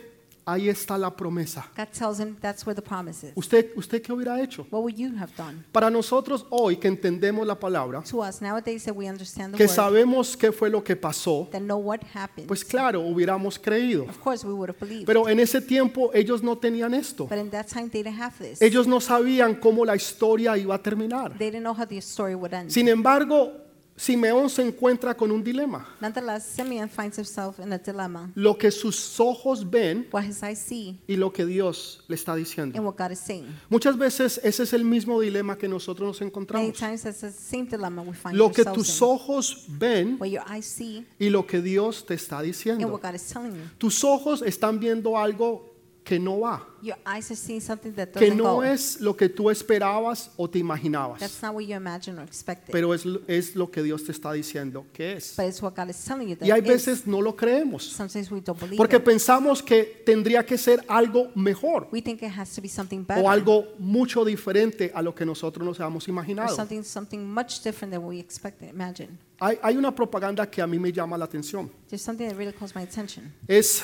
[SPEAKER 1] ahí está la promesa.
[SPEAKER 2] God tells him that's where the promise is.
[SPEAKER 1] ¿Usted, usted qué hubiera hecho?
[SPEAKER 2] What would you have done?
[SPEAKER 1] Para nosotros hoy que entendemos la palabra,
[SPEAKER 2] To us nowadays that we understand the
[SPEAKER 1] que
[SPEAKER 2] word,
[SPEAKER 1] sabemos qué fue lo que pasó,
[SPEAKER 2] that know what happened.
[SPEAKER 1] pues claro, hubiéramos creído.
[SPEAKER 2] of course, we would have believed.
[SPEAKER 1] Pero en ese tiempo ellos no tenían esto.
[SPEAKER 2] but in that time, they didn't have this.
[SPEAKER 1] Ellos no sabían cómo la historia iba a terminar.
[SPEAKER 2] they didn't know how the story would end.
[SPEAKER 1] Sin embargo, Simeón se encuentra con un dilema.
[SPEAKER 2] Nonetheless, Simeon finds himself in a dilemma.
[SPEAKER 1] Lo que sus ojos ven
[SPEAKER 2] What his eyes see
[SPEAKER 1] y lo que Dios le está
[SPEAKER 2] and
[SPEAKER 1] diciendo.
[SPEAKER 2] what God is saying.
[SPEAKER 1] Muchas veces ese es el mismo dilema que nosotros nos
[SPEAKER 2] Many
[SPEAKER 1] encontramos.
[SPEAKER 2] times that's the same dilemma we find
[SPEAKER 1] Lo que
[SPEAKER 2] ourselves
[SPEAKER 1] tus
[SPEAKER 2] in.
[SPEAKER 1] ojos ven
[SPEAKER 2] What your eyes see
[SPEAKER 1] y lo que Dios te está
[SPEAKER 2] and
[SPEAKER 1] diciendo.
[SPEAKER 2] what God is telling you.
[SPEAKER 1] Tus ojos están viendo algo que no va,
[SPEAKER 2] Your eyes are seeing something that
[SPEAKER 1] que
[SPEAKER 2] doesn't
[SPEAKER 1] no
[SPEAKER 2] go.
[SPEAKER 1] es lo que tú esperabas o te imaginabas,
[SPEAKER 2] That's not what you imagined or expected.
[SPEAKER 1] pero es, lo- es lo que Dios te está diciendo que es.
[SPEAKER 2] but it's what God is telling you. That
[SPEAKER 1] Y hay
[SPEAKER 2] it is.
[SPEAKER 1] veces no lo creemos,
[SPEAKER 2] Sometimes we don't believe
[SPEAKER 1] porque
[SPEAKER 2] it.
[SPEAKER 1] pensamos que tendría que ser algo mejor
[SPEAKER 2] We think it has to be something better.
[SPEAKER 1] o algo mucho diferente a lo que nosotros nos habíamos
[SPEAKER 2] or
[SPEAKER 1] imaginado.
[SPEAKER 2] something, something much different than what we expected. Imagine.
[SPEAKER 1] Hay, hay una propaganda que a mí me llama la atención.
[SPEAKER 2] There's something that really calls my attention.
[SPEAKER 1] Es,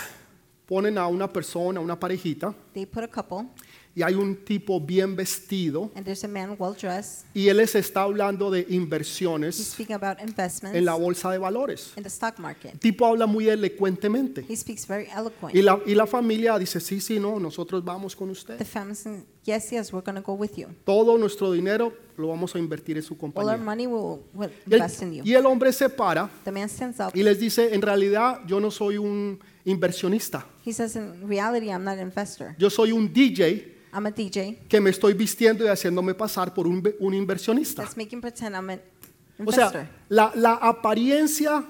[SPEAKER 1] ponen a una persona, una parejita,
[SPEAKER 2] They put a couple,
[SPEAKER 1] y hay un tipo bien vestido,
[SPEAKER 2] and there's a man well dressed.
[SPEAKER 1] y él les está hablando de
[SPEAKER 2] He's
[SPEAKER 1] inversiones
[SPEAKER 2] speaking about investments
[SPEAKER 1] en la bolsa de valores.
[SPEAKER 2] in the stock market.
[SPEAKER 1] El tipo habla muy elocuentemente.
[SPEAKER 2] He speaks very eloquent.
[SPEAKER 1] Y la, y la familia dice, sí, sí, no, nosotros vamos con
[SPEAKER 2] The
[SPEAKER 1] usted.
[SPEAKER 2] family said, yes, yes, we're going to go with you.
[SPEAKER 1] Todo nuestro dinero lo vamos a invertir en su
[SPEAKER 2] All our
[SPEAKER 1] compañía.
[SPEAKER 2] money will, will
[SPEAKER 1] Y el,
[SPEAKER 2] invest in you.
[SPEAKER 1] y el hombre se para
[SPEAKER 2] The man stands up.
[SPEAKER 1] y les dice, en realidad yo no soy un inversionista,
[SPEAKER 2] He says, in reality, I'm not an investor.
[SPEAKER 1] yo soy un DJ
[SPEAKER 2] I'm a DJ
[SPEAKER 1] que me estoy vistiendo y haciéndome pasar por un, ve- un inversionista.
[SPEAKER 2] that's making pretend I'm an
[SPEAKER 1] O
[SPEAKER 2] investor.
[SPEAKER 1] sea, la, la apariencia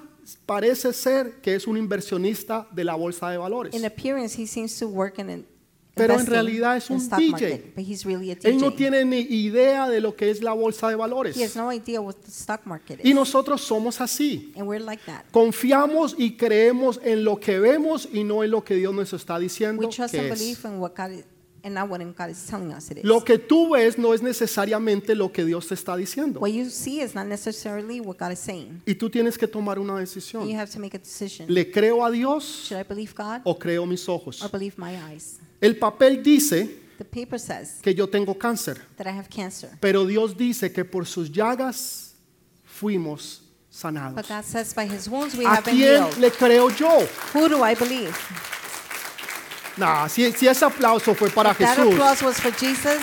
[SPEAKER 1] parece ser que es un inversionista de la bolsa de valores.
[SPEAKER 2] in appearance, he seems to work in an
[SPEAKER 1] Pero en
[SPEAKER 2] investing
[SPEAKER 1] realidad es
[SPEAKER 2] in
[SPEAKER 1] un
[SPEAKER 2] stock
[SPEAKER 1] DJ.
[SPEAKER 2] Market, but he's really a
[SPEAKER 1] Él
[SPEAKER 2] DJ.
[SPEAKER 1] no tiene ni idea de lo que es la bolsa de
[SPEAKER 2] he has
[SPEAKER 1] valores.
[SPEAKER 2] no idea what the stock market is.
[SPEAKER 1] Y nosotros somos así.
[SPEAKER 2] and we're like that.
[SPEAKER 1] Confiamos y creemos en lo que vemos y no en lo que Dios nos está diciendo
[SPEAKER 2] We trust
[SPEAKER 1] que
[SPEAKER 2] and
[SPEAKER 1] es.
[SPEAKER 2] believe in what God is, and not what God is telling us it is.
[SPEAKER 1] Lo que tú ves no es necesariamente lo que Dios te está diciendo.
[SPEAKER 2] what you see is not necessarily what God is saying.
[SPEAKER 1] Y tú tienes que tomar una
[SPEAKER 2] You
[SPEAKER 1] decisión.
[SPEAKER 2] have to make a decision.
[SPEAKER 1] ¿Le creo a Dios
[SPEAKER 2] Should I believe God
[SPEAKER 1] o creo mis
[SPEAKER 2] or
[SPEAKER 1] ojos?
[SPEAKER 2] believe my eyes?
[SPEAKER 1] El papel dice
[SPEAKER 2] The paper says
[SPEAKER 1] que yo tengo cáncer,
[SPEAKER 2] that I have cancer.
[SPEAKER 1] pero Dios dice que por sus llagas fuimos
[SPEAKER 2] But
[SPEAKER 1] sanados.
[SPEAKER 2] God says by his wounds we
[SPEAKER 1] ¿A
[SPEAKER 2] have been
[SPEAKER 1] quién
[SPEAKER 2] healed.
[SPEAKER 1] le creo yo?
[SPEAKER 2] Who do I believe?
[SPEAKER 1] Nah, si, si ese aplauso fue para
[SPEAKER 2] That
[SPEAKER 1] Jesús.
[SPEAKER 2] applause was for Jesus.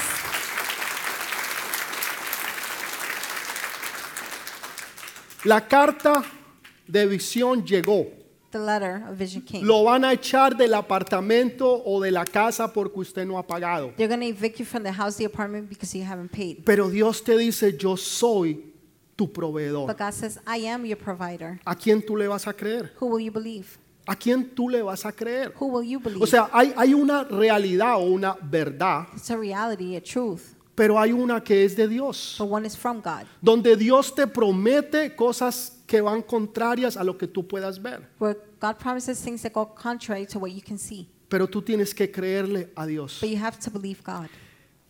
[SPEAKER 1] La carta de visión llegó.
[SPEAKER 2] The letter of vision came.
[SPEAKER 1] Lo van a echar del apartamento o de la casa porque usted no ha pagado.
[SPEAKER 2] They're going to evict you from the house, the apartment because you haven't paid.
[SPEAKER 1] Pero Dios te dice, yo soy tu proveedor.
[SPEAKER 2] But God says, I am your provider.
[SPEAKER 1] ¿A quién tú le vas a creer?
[SPEAKER 2] Who will you believe?
[SPEAKER 1] ¿A quién tú le vas a creer?
[SPEAKER 2] Who will you believe?
[SPEAKER 1] O sea, hay, hay una realidad o una verdad,
[SPEAKER 2] it's a reality, a truth.
[SPEAKER 1] pero hay una que es de Dios,
[SPEAKER 2] But one is from God,
[SPEAKER 1] donde Dios te promete cosas que van contrarias a lo que tú puedas ver.
[SPEAKER 2] where God promises things that go contrary to what you can see.
[SPEAKER 1] Pero tú tienes que creerle a Dios.
[SPEAKER 2] But you have to believe God.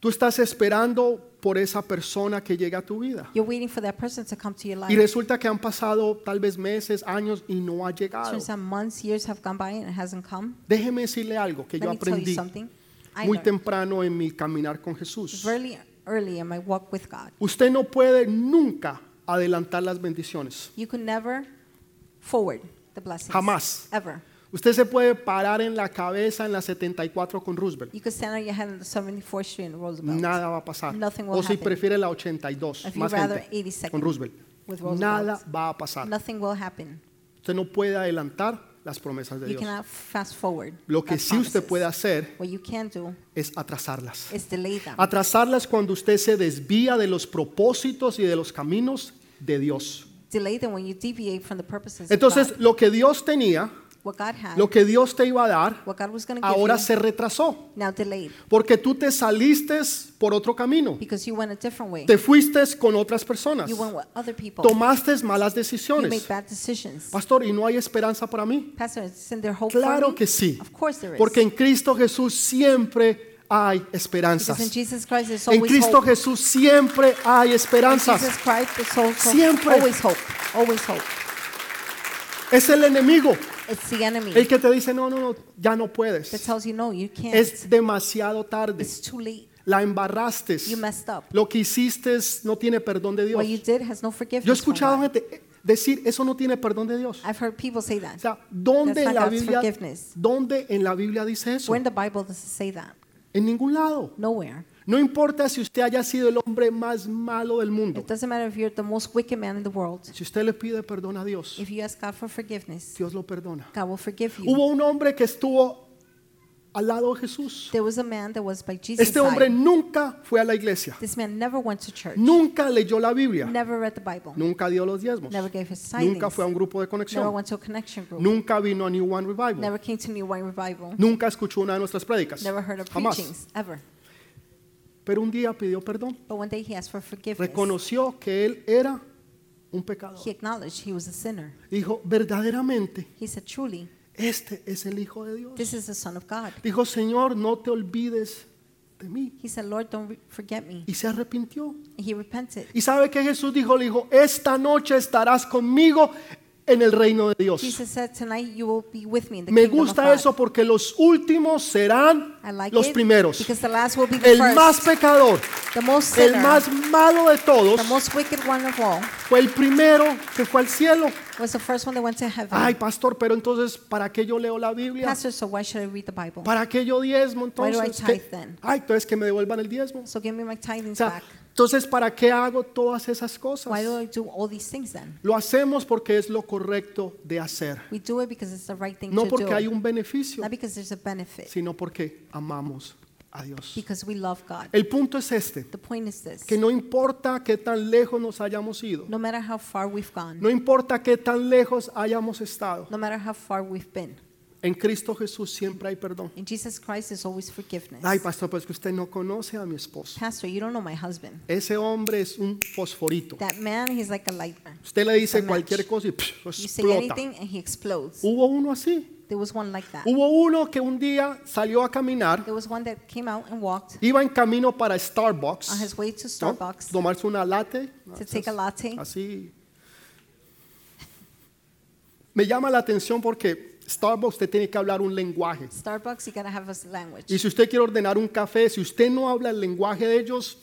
[SPEAKER 1] Tú estás esperando por esa persona que llega a tu vida.
[SPEAKER 2] You're waiting for that person to come to your life.
[SPEAKER 1] Y resulta que han pasado tal vez meses, años y no ha llegado.
[SPEAKER 2] Turns out months, years have gone by and it hasn't come.
[SPEAKER 1] Déjeme decirle algo que yo
[SPEAKER 2] Let me tell you
[SPEAKER 1] aprendí
[SPEAKER 2] something. I
[SPEAKER 1] muy
[SPEAKER 2] learned
[SPEAKER 1] temprano en mi caminar con Jesús.
[SPEAKER 2] very early in my walk with God.
[SPEAKER 1] Usted no puede nunca adelantar las bendiciones.
[SPEAKER 2] You could never forward the blessings.
[SPEAKER 1] Jamás.
[SPEAKER 2] Ever.
[SPEAKER 1] Usted se puede parar en la cabeza en la 74 con Roosevelt.
[SPEAKER 2] You could stand on your head on the 74th Street in Roosevelt
[SPEAKER 1] Nada va a pasar.
[SPEAKER 2] Nothing will
[SPEAKER 1] O si
[SPEAKER 2] happen.
[SPEAKER 1] prefiere la 82,
[SPEAKER 2] If you
[SPEAKER 1] más
[SPEAKER 2] rather
[SPEAKER 1] gente,
[SPEAKER 2] 82nd
[SPEAKER 1] con Roosevelt.
[SPEAKER 2] with Roosevelt.
[SPEAKER 1] Nada va a pasar.
[SPEAKER 2] Nothing will happen.
[SPEAKER 1] Usted no puede adelantar las promesas de
[SPEAKER 2] You
[SPEAKER 1] Dios.
[SPEAKER 2] cannot fast forward.
[SPEAKER 1] Lo que
[SPEAKER 2] God's
[SPEAKER 1] sí usted
[SPEAKER 2] promises.
[SPEAKER 1] puede hacer
[SPEAKER 2] What you can do
[SPEAKER 1] es atrasarlas.
[SPEAKER 2] is delay them.
[SPEAKER 1] Ah. Atrasarlas cuando usted se desvía de los propósitos y de los caminos de Dios.
[SPEAKER 2] Delay them when you deviate from the purposes of
[SPEAKER 1] Entonces,
[SPEAKER 2] God.
[SPEAKER 1] lo que Dios tenía,
[SPEAKER 2] What God had,
[SPEAKER 1] lo que Dios te iba a dar,
[SPEAKER 2] what God was going to give
[SPEAKER 1] ahora
[SPEAKER 2] you,
[SPEAKER 1] se retrasó.
[SPEAKER 2] now delayed
[SPEAKER 1] Porque tú te saliste por otro camino.
[SPEAKER 2] because you went a different way.
[SPEAKER 1] Te fuiste con otras personas.
[SPEAKER 2] You went with other people.
[SPEAKER 1] Tomaste malas
[SPEAKER 2] You made
[SPEAKER 1] decisiones.
[SPEAKER 2] bad decisions.
[SPEAKER 1] Pastor, ¿y no hay esperanza para mí?
[SPEAKER 2] Pastor, isn't there hope
[SPEAKER 1] Claro
[SPEAKER 2] for me?
[SPEAKER 1] que sí.
[SPEAKER 2] Of course there is.
[SPEAKER 1] Porque en Cristo Jesús siempre hay esperanzas.
[SPEAKER 2] because in Jesus Christ there's
[SPEAKER 1] En
[SPEAKER 2] always
[SPEAKER 1] Cristo
[SPEAKER 2] hope.
[SPEAKER 1] Jesús siempre hay
[SPEAKER 2] In Jesus
[SPEAKER 1] esperanzas.
[SPEAKER 2] Christ there's also
[SPEAKER 1] Siempre.
[SPEAKER 2] always hope. Always hope.
[SPEAKER 1] Es el enemigo
[SPEAKER 2] It's the enemy
[SPEAKER 1] el que te dice, no, no, no, ya no
[SPEAKER 2] that
[SPEAKER 1] puedes.
[SPEAKER 2] tells you no, you can't.
[SPEAKER 1] Es demasiado tarde.
[SPEAKER 2] it's too late.
[SPEAKER 1] La embarraste.
[SPEAKER 2] You messed up.
[SPEAKER 1] Lo que hiciste es- no tiene perdón de Dios.
[SPEAKER 2] What you did has no forgiveness.
[SPEAKER 1] Yo he
[SPEAKER 2] from
[SPEAKER 1] escuchado
[SPEAKER 2] God.
[SPEAKER 1] gente eh, decir, eso no tiene perdón de Dios.
[SPEAKER 2] I've heard people say
[SPEAKER 1] O
[SPEAKER 2] that.
[SPEAKER 1] sea, ¿dónde
[SPEAKER 2] That's
[SPEAKER 1] en
[SPEAKER 2] not
[SPEAKER 1] la
[SPEAKER 2] God's
[SPEAKER 1] Biblia,
[SPEAKER 2] forgiveness.
[SPEAKER 1] ¿dónde en la Biblia dice eso?
[SPEAKER 2] Where in the Bible does it say that?
[SPEAKER 1] En ningún lado.
[SPEAKER 2] Nowhere.
[SPEAKER 1] No importa si usted haya sido el hombre más malo del mundo.
[SPEAKER 2] It doesn't matter if you're the most wicked man in the world.
[SPEAKER 1] Si usted le pide perdón a Dios,
[SPEAKER 2] If you ask God for forgiveness,
[SPEAKER 1] Dios lo perdona.
[SPEAKER 2] God will forgive you.
[SPEAKER 1] Hubo un hombre que estuvo al lado de Jesús.
[SPEAKER 2] There was a man that was by Jesus'
[SPEAKER 1] Este hombre
[SPEAKER 2] side.
[SPEAKER 1] nunca fue a la iglesia.
[SPEAKER 2] This man never went to church.
[SPEAKER 1] Nunca leyó la Biblia.
[SPEAKER 2] Never read the Bible.
[SPEAKER 1] Nunca dio los diezmos.
[SPEAKER 2] Never gave his signs.
[SPEAKER 1] Nunca fue a un grupo de
[SPEAKER 2] Never
[SPEAKER 1] conexión.
[SPEAKER 2] went to a connection group.
[SPEAKER 1] Nunca vino a New One Revival.
[SPEAKER 2] Never came to New Wine Revival.
[SPEAKER 1] Nunca escuchó una de nuestras prédicas.
[SPEAKER 2] Never heard of
[SPEAKER 1] Jamás.
[SPEAKER 2] preachings ever.
[SPEAKER 1] Pero un día pidió perdón.
[SPEAKER 2] But one day he asked for forgiveness.
[SPEAKER 1] Reconoció que él era un pecador.
[SPEAKER 2] He acknowledged he was a sinner.
[SPEAKER 1] Dijo, verdaderamente,
[SPEAKER 2] He said, Truly,
[SPEAKER 1] este es el Hijo de Dios.
[SPEAKER 2] this is the Son of God.
[SPEAKER 1] Dijo, Señor, no te olvides de mí.
[SPEAKER 2] He said, Lord, don't re- forget me.
[SPEAKER 1] Y se arrepintió.
[SPEAKER 2] He repented.
[SPEAKER 1] Y sabe que Jesús dijo, le dijo, esta noche estarás conmigo en el reino de Dios.
[SPEAKER 2] Jesus said, Tonight you will be with me in the
[SPEAKER 1] Me
[SPEAKER 2] kingdom
[SPEAKER 1] gusta
[SPEAKER 2] of God.
[SPEAKER 1] eso porque los últimos serán
[SPEAKER 2] I like
[SPEAKER 1] los
[SPEAKER 2] it
[SPEAKER 1] primeros.
[SPEAKER 2] because the last will be the
[SPEAKER 1] El
[SPEAKER 2] first.
[SPEAKER 1] más pecador,
[SPEAKER 2] the most
[SPEAKER 1] el
[SPEAKER 2] sinner,
[SPEAKER 1] más malo de todos,
[SPEAKER 2] the most wicked one of all,
[SPEAKER 1] fue el primero que fue al cielo.
[SPEAKER 2] was the first one that went to heaven.
[SPEAKER 1] Ay, pastor, pero entonces, ¿para qué yo leo la Biblia?
[SPEAKER 2] Pastor, so why should I read the Bible?
[SPEAKER 1] ¿Para qué yo diezmo
[SPEAKER 2] Why do I
[SPEAKER 1] entonces?
[SPEAKER 2] tithe
[SPEAKER 1] ¿Qué-
[SPEAKER 2] then?
[SPEAKER 1] Ay, entonces que me devuelvan el diezmo.
[SPEAKER 2] So give me my tithings
[SPEAKER 1] O sea,
[SPEAKER 2] back.
[SPEAKER 1] entonces, ¿para qué hago todas esas
[SPEAKER 2] Why do
[SPEAKER 1] cosas?
[SPEAKER 2] I do all these things then?
[SPEAKER 1] Lo hacemos porque es lo correcto de hacer.
[SPEAKER 2] We do it because it's the right thing
[SPEAKER 1] No
[SPEAKER 2] to do.
[SPEAKER 1] porque hay un beneficio,
[SPEAKER 2] Not because there's a benefit,
[SPEAKER 1] sino porque amamos a Dios.
[SPEAKER 2] because we love God.
[SPEAKER 1] El punto es este,
[SPEAKER 2] The point is this.
[SPEAKER 1] que no importa qué tan lejos nos hayamos ido,
[SPEAKER 2] No matter how far we've gone,
[SPEAKER 1] no importa qué tan lejos hayamos estado,
[SPEAKER 2] no matter how far we've been,
[SPEAKER 1] en Cristo Jesús siempre hay perdón.
[SPEAKER 2] in Jesus Christ there's always forgiveness.
[SPEAKER 1] Ay, pastor, pues que usted no conoce a mi esposo.
[SPEAKER 2] Pastor, you don't know my husband.
[SPEAKER 1] Ese hombre es un fosforito.
[SPEAKER 2] That man, he's like a light man.
[SPEAKER 1] Usted le dice cualquier cosa y psh, lo
[SPEAKER 2] You say
[SPEAKER 1] explota.
[SPEAKER 2] anything and he explodes.
[SPEAKER 1] Hubo uno así.
[SPEAKER 2] There was one like that.
[SPEAKER 1] Hubo uno que un día salió a caminar,
[SPEAKER 2] There was one that came out and walked
[SPEAKER 1] iba en camino para
[SPEAKER 2] on
[SPEAKER 1] Starbucks,
[SPEAKER 2] his way to
[SPEAKER 1] ¿no?
[SPEAKER 2] Starbucks
[SPEAKER 1] tomarse una latte.
[SPEAKER 2] to take a latte.
[SPEAKER 1] Así. Me llama la atención porque Starbucks usted tiene que hablar un lenguaje.
[SPEAKER 2] Starbucks, you gotta have a
[SPEAKER 1] Y
[SPEAKER 2] language.
[SPEAKER 1] si usted quiere ordenar un café, si usted no habla el lenguaje de ellos,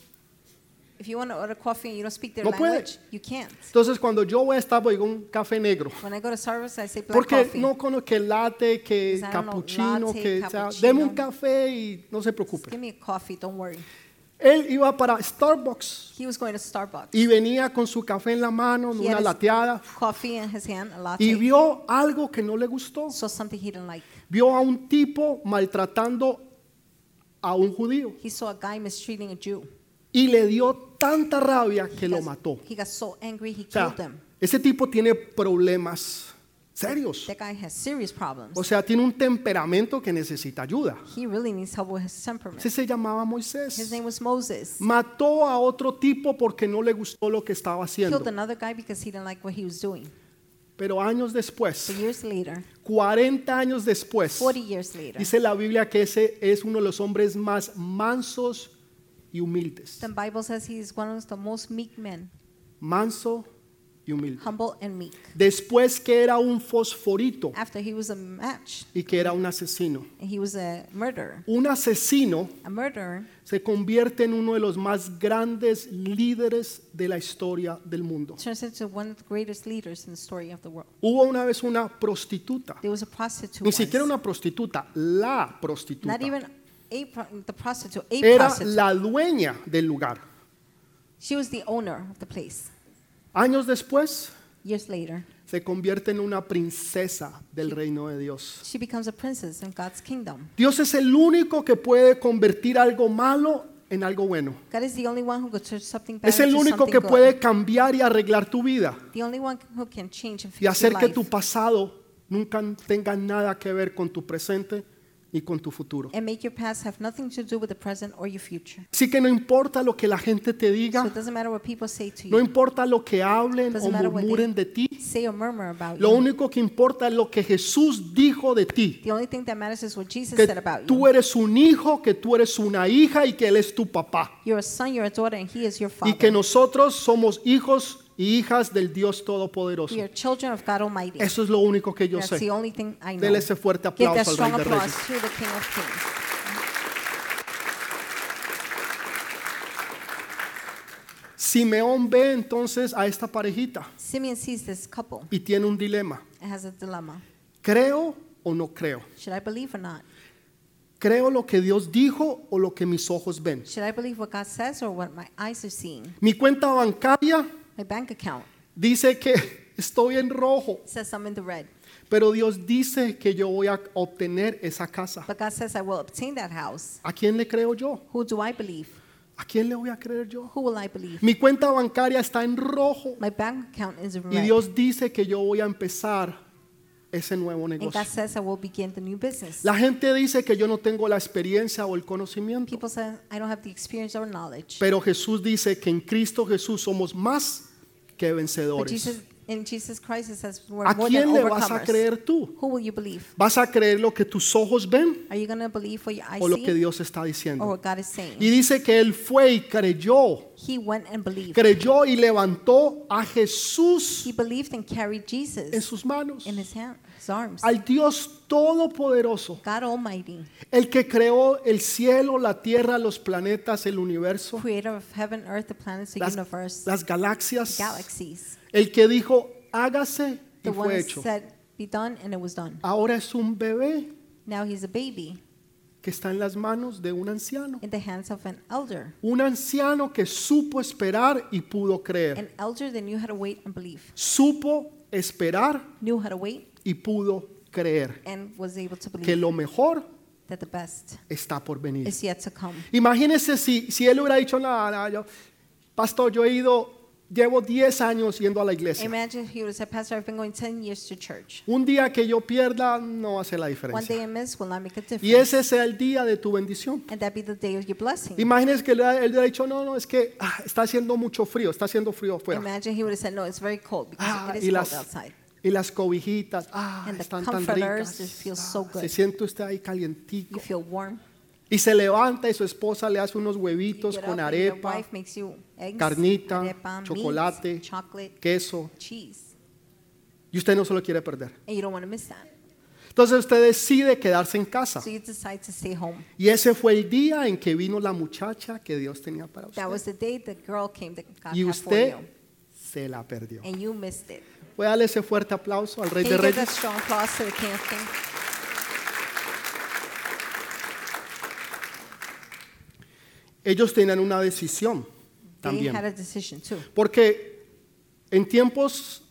[SPEAKER 2] If you want to order coffee and you don't speak their
[SPEAKER 1] No puede.
[SPEAKER 2] language, you can't.
[SPEAKER 1] entonces cuando yo voy a Starbucks digo un café negro.
[SPEAKER 2] When I go to Starbucks, I say black
[SPEAKER 1] Porque
[SPEAKER 2] coffee.
[SPEAKER 1] no conozco que latte, que
[SPEAKER 2] Because I don't know,
[SPEAKER 1] cappuccino,
[SPEAKER 2] latte,
[SPEAKER 1] que o sea,
[SPEAKER 2] cappuccino.
[SPEAKER 1] deme un café y no se
[SPEAKER 2] Just
[SPEAKER 1] preocupe.
[SPEAKER 2] give me a coffee, don't worry.
[SPEAKER 1] Él iba para Starbucks
[SPEAKER 2] He was going to Starbucks.
[SPEAKER 1] y venía con su café en la mano,
[SPEAKER 2] He had
[SPEAKER 1] una
[SPEAKER 2] his
[SPEAKER 1] lateada,
[SPEAKER 2] Coffee in his hand, a latte.
[SPEAKER 1] y vio algo que no le gustó.
[SPEAKER 2] saw something he didn't like.
[SPEAKER 1] Vio a un tipo maltratando a un judío
[SPEAKER 2] He saw a guy mistreating a Jew.
[SPEAKER 1] y le dio tanta rabia que lo
[SPEAKER 2] Yes,
[SPEAKER 1] mató. O
[SPEAKER 2] He got so angry he
[SPEAKER 1] sea,
[SPEAKER 2] killed him.
[SPEAKER 1] ese tipo tiene problemas serios.
[SPEAKER 2] That guy has serious problems.
[SPEAKER 1] O sea, tiene un temperamento que necesita ayuda.
[SPEAKER 2] He really needs help with his temperament.
[SPEAKER 1] Ese se llamaba
[SPEAKER 2] His
[SPEAKER 1] Moisés.
[SPEAKER 2] name was Moses.
[SPEAKER 1] Mató a otro tipo porque no le gustó lo que estaba haciendo.
[SPEAKER 2] Killed another guy because he didn't like what he was doing.
[SPEAKER 1] Pero años
[SPEAKER 2] But
[SPEAKER 1] después,
[SPEAKER 2] years later,
[SPEAKER 1] 40 años después,
[SPEAKER 2] 40 years later,
[SPEAKER 1] Dice la Biblia que ese es uno de los hombres más mansos y humildes.
[SPEAKER 2] the Bible says he is one of the most meek men,
[SPEAKER 1] Manso y humilde.
[SPEAKER 2] humble and meek.
[SPEAKER 1] Después que era un fosforito
[SPEAKER 2] After he was a match,
[SPEAKER 1] y que era un asesino.
[SPEAKER 2] and he was a murderer.
[SPEAKER 1] Un asesino
[SPEAKER 2] A murderer
[SPEAKER 1] se convierte en uno de los más grandes líderes de la historia del mundo.
[SPEAKER 2] turns into one of the greatest leaders in the story of the world.
[SPEAKER 1] Hubo una vez una prostituta,
[SPEAKER 2] There was a prostitute.
[SPEAKER 1] ni siquiera
[SPEAKER 2] once.
[SPEAKER 1] una prostituta, la prostituta.
[SPEAKER 2] Not even a pro- the prostitute, a
[SPEAKER 1] Era
[SPEAKER 2] prostitute.
[SPEAKER 1] la dueña del lugar.
[SPEAKER 2] She was the owner of the place.
[SPEAKER 1] Años después,
[SPEAKER 2] Years later,
[SPEAKER 1] se convierte en una princesa del reino de Dios.
[SPEAKER 2] she becomes a princess in God's kingdom.
[SPEAKER 1] Dios es el único que puede convertir algo malo en algo bueno.
[SPEAKER 2] God is the only one who could turn something bad
[SPEAKER 1] Es el
[SPEAKER 2] into
[SPEAKER 1] único
[SPEAKER 2] something
[SPEAKER 1] que
[SPEAKER 2] good.
[SPEAKER 1] puede cambiar y arreglar tu vida
[SPEAKER 2] The only one who can change and
[SPEAKER 1] y
[SPEAKER 2] fix your
[SPEAKER 1] hacer que
[SPEAKER 2] life
[SPEAKER 1] tu pasado nunca tenga nada que ver con tu presente ni con tu futuro.
[SPEAKER 2] and make your past have nothing to do with the present or your future.
[SPEAKER 1] Así que no importa lo que la gente te
[SPEAKER 2] So
[SPEAKER 1] diga,
[SPEAKER 2] it doesn't matter what people say to
[SPEAKER 1] no
[SPEAKER 2] you,
[SPEAKER 1] importa lo que hablen o
[SPEAKER 2] Doesn't matter what they-
[SPEAKER 1] murmuren de ti,
[SPEAKER 2] say or murmur about
[SPEAKER 1] lo
[SPEAKER 2] you.
[SPEAKER 1] único que importa es lo que Jesús dijo de ti.
[SPEAKER 2] The only thing that matters is what Jesus
[SPEAKER 1] Que
[SPEAKER 2] said about
[SPEAKER 1] tú
[SPEAKER 2] you.
[SPEAKER 1] eres un hijo, que tú eres una hija y que Él es tu papá.
[SPEAKER 2] You're a son, you're a daughter, and He is your
[SPEAKER 1] Y que
[SPEAKER 2] father.
[SPEAKER 1] nosotros somos hijos y hijas del Dios Todopoderoso.
[SPEAKER 2] We are children of God Almighty.
[SPEAKER 1] Eso es lo único que yo
[SPEAKER 2] That's the
[SPEAKER 1] sé.
[SPEAKER 2] only thing I know.
[SPEAKER 1] Dele ese fuerte
[SPEAKER 2] Give that
[SPEAKER 1] aplauso al Rey
[SPEAKER 2] strong
[SPEAKER 1] de
[SPEAKER 2] applause
[SPEAKER 1] Reyes.
[SPEAKER 2] to the King of Kings.
[SPEAKER 1] Simeón ve entonces a esta parejita
[SPEAKER 2] Simeon sees this couple
[SPEAKER 1] y tiene un dilema.
[SPEAKER 2] and has a dilemma.
[SPEAKER 1] ¿Creo o no creo?
[SPEAKER 2] Should I believe or not?
[SPEAKER 1] ¿Creo lo que Dios dijo o lo que mis ojos ven?
[SPEAKER 2] Should I believe what God says or what my eyes are seeing?
[SPEAKER 1] Mi cuenta bancaria
[SPEAKER 2] My bank account
[SPEAKER 1] dice que estoy en rojo,
[SPEAKER 2] says I'm in the red,
[SPEAKER 1] pero Dios dice que yo voy a obtener esa casa.
[SPEAKER 2] but God says I will obtain that house.
[SPEAKER 1] ¿A quién le creo yo?
[SPEAKER 2] Who do I believe?
[SPEAKER 1] ¿A quién le voy a creer yo?
[SPEAKER 2] Who will I believe?
[SPEAKER 1] Mi cuenta bancaria está en rojo
[SPEAKER 2] My bank account is in
[SPEAKER 1] y
[SPEAKER 2] red.
[SPEAKER 1] Dios dice que yo voy a empezar ese nuevo
[SPEAKER 2] And God
[SPEAKER 1] negocio.
[SPEAKER 2] says I will begin the new business.
[SPEAKER 1] La gente dice que yo no tengo la experiencia o el conocimiento,
[SPEAKER 2] People say I don't have the experience or knowledge.
[SPEAKER 1] pero Jesús dice que en Cristo Jesús somos más que
[SPEAKER 2] But
[SPEAKER 1] vencedores.
[SPEAKER 2] Jesus, in Jesus Christ, it says we're
[SPEAKER 1] ¿A
[SPEAKER 2] more than
[SPEAKER 1] quién le vas a
[SPEAKER 2] overcomers.
[SPEAKER 1] creer tú?
[SPEAKER 2] Who will you believe?
[SPEAKER 1] ¿Vas a creer lo que tus ojos ven
[SPEAKER 2] Are you going to believe what your eyes
[SPEAKER 1] o lo que
[SPEAKER 2] see Oh,
[SPEAKER 1] Dios está
[SPEAKER 2] or
[SPEAKER 1] diciendo?
[SPEAKER 2] what God is saying?
[SPEAKER 1] Y dice que él fue y creyó,
[SPEAKER 2] He went and believed.
[SPEAKER 1] creyó y levantó a Jesús
[SPEAKER 2] He believed and carried
[SPEAKER 1] en
[SPEAKER 2] Jesus
[SPEAKER 1] sus manos,
[SPEAKER 2] in his, hand, his arms.
[SPEAKER 1] al Dios Todopoderoso.
[SPEAKER 2] God Almighty,
[SPEAKER 1] El que creó el cielo, la tierra, los planetas, el universo,
[SPEAKER 2] creator of heaven, earth, the planets, the
[SPEAKER 1] las,
[SPEAKER 2] universe,
[SPEAKER 1] las galaxias.
[SPEAKER 2] galaxies.
[SPEAKER 1] El que dijo, hágase y
[SPEAKER 2] The one
[SPEAKER 1] fue
[SPEAKER 2] that
[SPEAKER 1] hecho.
[SPEAKER 2] said, be done, and it was done.
[SPEAKER 1] Ahora es un bebé
[SPEAKER 2] Now he's a baby
[SPEAKER 1] que está en las manos de un anciano.
[SPEAKER 2] in the hands of an elder.
[SPEAKER 1] Un anciano que supo esperar y pudo creer.
[SPEAKER 2] An elder that knew how to wait and believe,
[SPEAKER 1] Supo esperar
[SPEAKER 2] knew how to wait,
[SPEAKER 1] y pudo creer
[SPEAKER 2] and was able to
[SPEAKER 1] que
[SPEAKER 2] believe
[SPEAKER 1] lo mejor
[SPEAKER 2] that the best
[SPEAKER 1] está por venir.
[SPEAKER 2] is yet to come.
[SPEAKER 1] Imagínense si, si él hubiera dicho, nada, nada, yo, pastor, yo he ido, llevo 10 años yendo a la iglesia.
[SPEAKER 2] Imagine he would have said, Pastor, I've been going 10 years to church.
[SPEAKER 1] Un día que yo pierda no hace la
[SPEAKER 2] One day
[SPEAKER 1] diferencia.
[SPEAKER 2] I miss will not make a
[SPEAKER 1] Y
[SPEAKER 2] difference.
[SPEAKER 1] ese sea el día de tu bendición.
[SPEAKER 2] And that be the day of your blessing.
[SPEAKER 1] Imagínense que él ha dicho, no, no, es que ah, está haciendo mucho frío, está haciendo frío afuera.
[SPEAKER 2] Imagine he would have said, No, it's very cold because
[SPEAKER 1] Ah,
[SPEAKER 2] it
[SPEAKER 1] y,
[SPEAKER 2] is cold
[SPEAKER 1] las,
[SPEAKER 2] outside.
[SPEAKER 1] y las cobijitas, ah,
[SPEAKER 2] And the
[SPEAKER 1] están tan ricas.
[SPEAKER 2] comforters, they feel
[SPEAKER 1] Ah,
[SPEAKER 2] so good.
[SPEAKER 1] se siente usted ahí
[SPEAKER 2] You
[SPEAKER 1] calientico.
[SPEAKER 2] feel warm.
[SPEAKER 1] Y se levanta y su esposa le hace unos
[SPEAKER 2] You
[SPEAKER 1] huevitos
[SPEAKER 2] get
[SPEAKER 1] con
[SPEAKER 2] up and your
[SPEAKER 1] arepa,
[SPEAKER 2] wife makes you eggs,
[SPEAKER 1] carnita,
[SPEAKER 2] arepa, meats,
[SPEAKER 1] chocolate,
[SPEAKER 2] chocolate,
[SPEAKER 1] queso.
[SPEAKER 2] cheese.
[SPEAKER 1] Y usted no se lo quiere perder.
[SPEAKER 2] And you don't want to miss that.
[SPEAKER 1] Entonces usted decide quedarse en casa.
[SPEAKER 2] So you decide to stay home.
[SPEAKER 1] Y ese fue el día en que vino la muchacha que Dios tenía para usted.
[SPEAKER 2] That was the day the girl came that God
[SPEAKER 1] Y
[SPEAKER 2] had for
[SPEAKER 1] usted
[SPEAKER 2] you.
[SPEAKER 1] se la perdió.
[SPEAKER 2] And you missed it.
[SPEAKER 1] Voy a darle ese fuerte aplauso al Rey
[SPEAKER 2] Can
[SPEAKER 1] de
[SPEAKER 2] you give that
[SPEAKER 1] Reyes.
[SPEAKER 2] strong applause to the King of Kings?
[SPEAKER 1] Ellos tenían una decisión
[SPEAKER 2] They had
[SPEAKER 1] también.
[SPEAKER 2] a decision too.
[SPEAKER 1] Porque en tiempos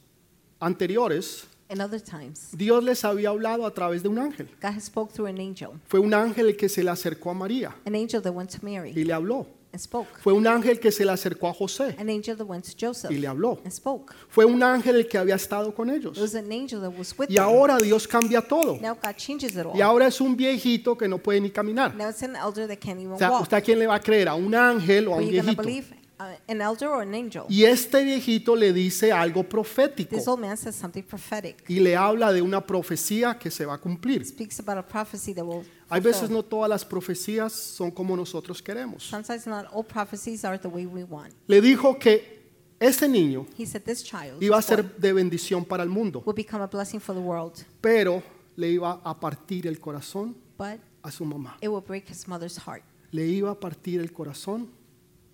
[SPEAKER 1] anteriores,
[SPEAKER 2] And other times,
[SPEAKER 1] Dios les había hablado a través de un ángel.
[SPEAKER 2] God has spoke through an angel.
[SPEAKER 1] Fue un ángel el que se le acercó a María
[SPEAKER 2] An angel that went to Mary
[SPEAKER 1] y le habló.
[SPEAKER 2] and spoke.
[SPEAKER 1] Fue un ángel que se le acercó a José
[SPEAKER 2] An angel that went to Joseph
[SPEAKER 1] y le habló.
[SPEAKER 2] and spoke.
[SPEAKER 1] Fue un ángel el que había estado con
[SPEAKER 2] It
[SPEAKER 1] ellos.
[SPEAKER 2] was an angel that was with
[SPEAKER 1] Y
[SPEAKER 2] them.
[SPEAKER 1] ahora Dios cambia todo.
[SPEAKER 2] Now God changes it all.
[SPEAKER 1] Y ahora es un viejito que no puede ni caminar.
[SPEAKER 2] Now it's an elder that can't even
[SPEAKER 1] O sea,
[SPEAKER 2] walk.
[SPEAKER 1] ¿usted a quién le va a creer? ¿A un ángel o a
[SPEAKER 2] Are
[SPEAKER 1] un
[SPEAKER 2] you going
[SPEAKER 1] viejito?
[SPEAKER 2] to believe uh, an elder or an angel?
[SPEAKER 1] Y este viejito le dice algo profético
[SPEAKER 2] This old man says something prophetic.
[SPEAKER 1] y le habla de una profecía que se va a cumplir.
[SPEAKER 2] Speaks about a prophecy that will.
[SPEAKER 1] Hay veces
[SPEAKER 2] fulfill.
[SPEAKER 1] no todas las profecías son como nosotros queremos.
[SPEAKER 2] Sometimes not all prophecies are the way we want.
[SPEAKER 1] Le dijo que este niño
[SPEAKER 2] He said this child
[SPEAKER 1] iba a
[SPEAKER 2] this boy,
[SPEAKER 1] ser de bendición para el mundo,
[SPEAKER 2] will become a blessing for the world,
[SPEAKER 1] pero le iba a partir el corazón
[SPEAKER 2] but
[SPEAKER 1] a su mamá.
[SPEAKER 2] it will break his mother's heart.
[SPEAKER 1] Le iba a partir el corazón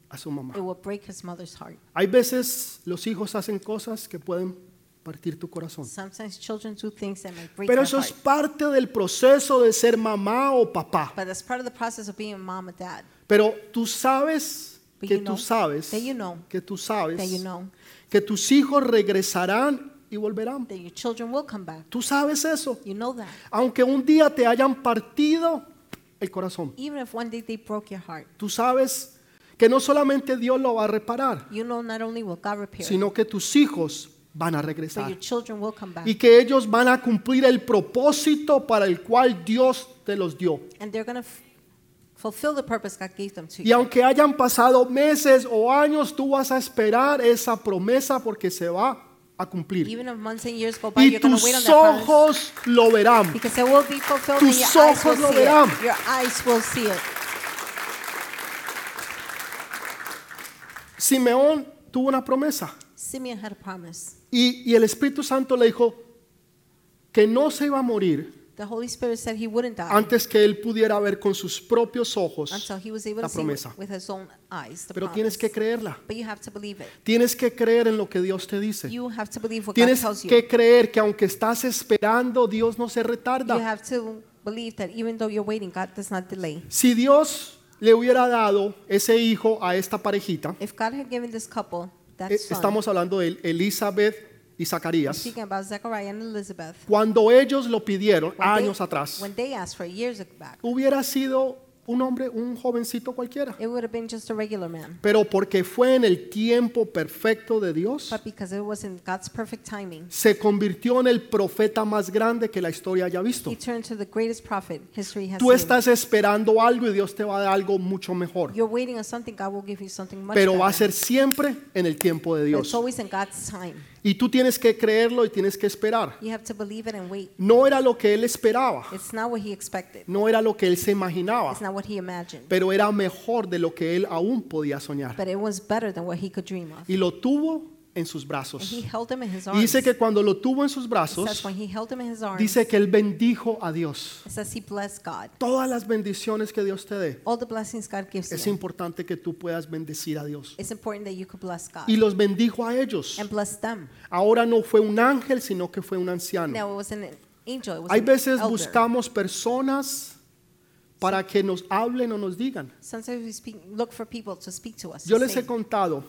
[SPEAKER 1] a su mamá.
[SPEAKER 2] It will break his mother's heart.
[SPEAKER 1] Hay veces los hijos hacen cosas que pueden partir tu corazón.
[SPEAKER 2] Sometimes children do things that might break
[SPEAKER 1] Pero
[SPEAKER 2] their
[SPEAKER 1] eso es
[SPEAKER 2] heart.
[SPEAKER 1] parte del proceso de ser mamá o papá.
[SPEAKER 2] But that's part of the process of being a mom and dad.
[SPEAKER 1] Pero tú sabes
[SPEAKER 2] But
[SPEAKER 1] que
[SPEAKER 2] you know
[SPEAKER 1] tú sabes
[SPEAKER 2] that you know
[SPEAKER 1] que tú sabes
[SPEAKER 2] that you know
[SPEAKER 1] que tus hijos regresarán y volverán.
[SPEAKER 2] that your children will come back.
[SPEAKER 1] Tú sabes eso.
[SPEAKER 2] You know that.
[SPEAKER 1] Aunque un día te hayan partido el corazón,
[SPEAKER 2] Even if one day they broke your heart,
[SPEAKER 1] tú sabes que no solamente Dios lo va a reparar,
[SPEAKER 2] you know not only will God repair, it,
[SPEAKER 1] sino que tus hijos van a
[SPEAKER 2] but your
[SPEAKER 1] regresar
[SPEAKER 2] children will come back.
[SPEAKER 1] y que ellos van a cumplir el propósito para el cual Dios te los dio.
[SPEAKER 2] And they're going to f- fulfill the purpose God gave them to
[SPEAKER 1] Y
[SPEAKER 2] you.
[SPEAKER 1] aunque hayan pasado meses o años, tú vas a esperar esa promesa porque se va a cumplir.
[SPEAKER 2] Even if months and years go by,
[SPEAKER 1] Y
[SPEAKER 2] you're going to wait on
[SPEAKER 1] tus
[SPEAKER 2] that promise.
[SPEAKER 1] ojos lo verán.
[SPEAKER 2] Because it will be fulfilled and
[SPEAKER 1] Tus
[SPEAKER 2] your eyes will
[SPEAKER 1] ojos lo
[SPEAKER 2] see it.
[SPEAKER 1] verán.
[SPEAKER 2] Your eyes will see it.
[SPEAKER 1] Simeón tuvo una promesa
[SPEAKER 2] Simeon had a promise.
[SPEAKER 1] y, y el Espíritu Santo le dijo que no se iba a morir
[SPEAKER 2] The Holy Spirit said he wouldn't die
[SPEAKER 1] antes que él pudiera ver con sus propios ojos.
[SPEAKER 2] until he was able
[SPEAKER 1] la
[SPEAKER 2] to see with,
[SPEAKER 1] promesa.
[SPEAKER 2] with his own eyes the
[SPEAKER 1] Pero
[SPEAKER 2] promise.
[SPEAKER 1] tienes que creerla.
[SPEAKER 2] But you have to believe it.
[SPEAKER 1] Tienes que creer en lo que Dios te dice.
[SPEAKER 2] You have to believe what God
[SPEAKER 1] Tienes
[SPEAKER 2] tells you.
[SPEAKER 1] que creer que aunque estás esperando, Dios no se
[SPEAKER 2] You
[SPEAKER 1] retarda.
[SPEAKER 2] have to believe that even though you're waiting, God does not delay.
[SPEAKER 1] Si Dios le hubiera dado ese hijo a esta parejita,
[SPEAKER 2] If God had given this couple that
[SPEAKER 1] eh,
[SPEAKER 2] son,
[SPEAKER 1] estamos hablando de Elizabeth y Zacarías,
[SPEAKER 2] speaking about Zechariah and Elizabeth,
[SPEAKER 1] cuando ellos lo pidieron
[SPEAKER 2] when they-
[SPEAKER 1] años atrás,
[SPEAKER 2] when they asked for it years back,
[SPEAKER 1] hubiera sido un hombre, un jovencito cualquiera.
[SPEAKER 2] it would have been just a regular man.
[SPEAKER 1] Pero porque fue en el tiempo perfecto de Dios,
[SPEAKER 2] But because it was in God's perfect timing,
[SPEAKER 1] se convirtió en el profeta más grande que la historia haya visto.
[SPEAKER 2] he turned to the greatest prophet history has
[SPEAKER 1] Tú
[SPEAKER 2] seen.
[SPEAKER 1] estás esperando algo y Dios te va a dar algo mucho mejor,
[SPEAKER 2] You're waiting on something, God will give you something much
[SPEAKER 1] pero va a ser
[SPEAKER 2] better.
[SPEAKER 1] siempre en el tiempo de
[SPEAKER 2] But It's
[SPEAKER 1] Dios.
[SPEAKER 2] always in God's time.
[SPEAKER 1] Y tú tienes que creerlo y tienes que esperar.
[SPEAKER 2] You have to believe it and wait.
[SPEAKER 1] No era lo que él esperaba,
[SPEAKER 2] It's not what he expected.
[SPEAKER 1] no era lo que él se imaginaba,
[SPEAKER 2] It's not what he imagined.
[SPEAKER 1] pero era mejor de lo que él aún podía soñar.
[SPEAKER 2] But it was better than what he could dream of.
[SPEAKER 1] Y lo tuvo en sus
[SPEAKER 2] And he
[SPEAKER 1] brazos.
[SPEAKER 2] held him in his
[SPEAKER 1] Y
[SPEAKER 2] arms.
[SPEAKER 1] dice que cuando lo tuvo en sus
[SPEAKER 2] It says
[SPEAKER 1] brazos,
[SPEAKER 2] when he held him in his arms,
[SPEAKER 1] dice que él bendijo a Dios.
[SPEAKER 2] it says he blessed God.
[SPEAKER 1] Todas las bendiciones que Dios te dé,
[SPEAKER 2] All the blessings God gives
[SPEAKER 1] es
[SPEAKER 2] you.
[SPEAKER 1] importante que tú puedas bendecir a Dios.
[SPEAKER 2] It's important that you could bless God
[SPEAKER 1] Y los bendijo a ellos.
[SPEAKER 2] and bless them.
[SPEAKER 1] Ahora no fue un ángel, sino que fue un anciano.
[SPEAKER 2] Now it was an angel. It was
[SPEAKER 1] Hay
[SPEAKER 2] an
[SPEAKER 1] veces
[SPEAKER 2] elder.
[SPEAKER 1] buscamos personas para que nos hablen o nos digan.
[SPEAKER 2] Sometimes we speak, look for people to speak to us. to
[SPEAKER 1] Yo les
[SPEAKER 2] say,
[SPEAKER 1] he contado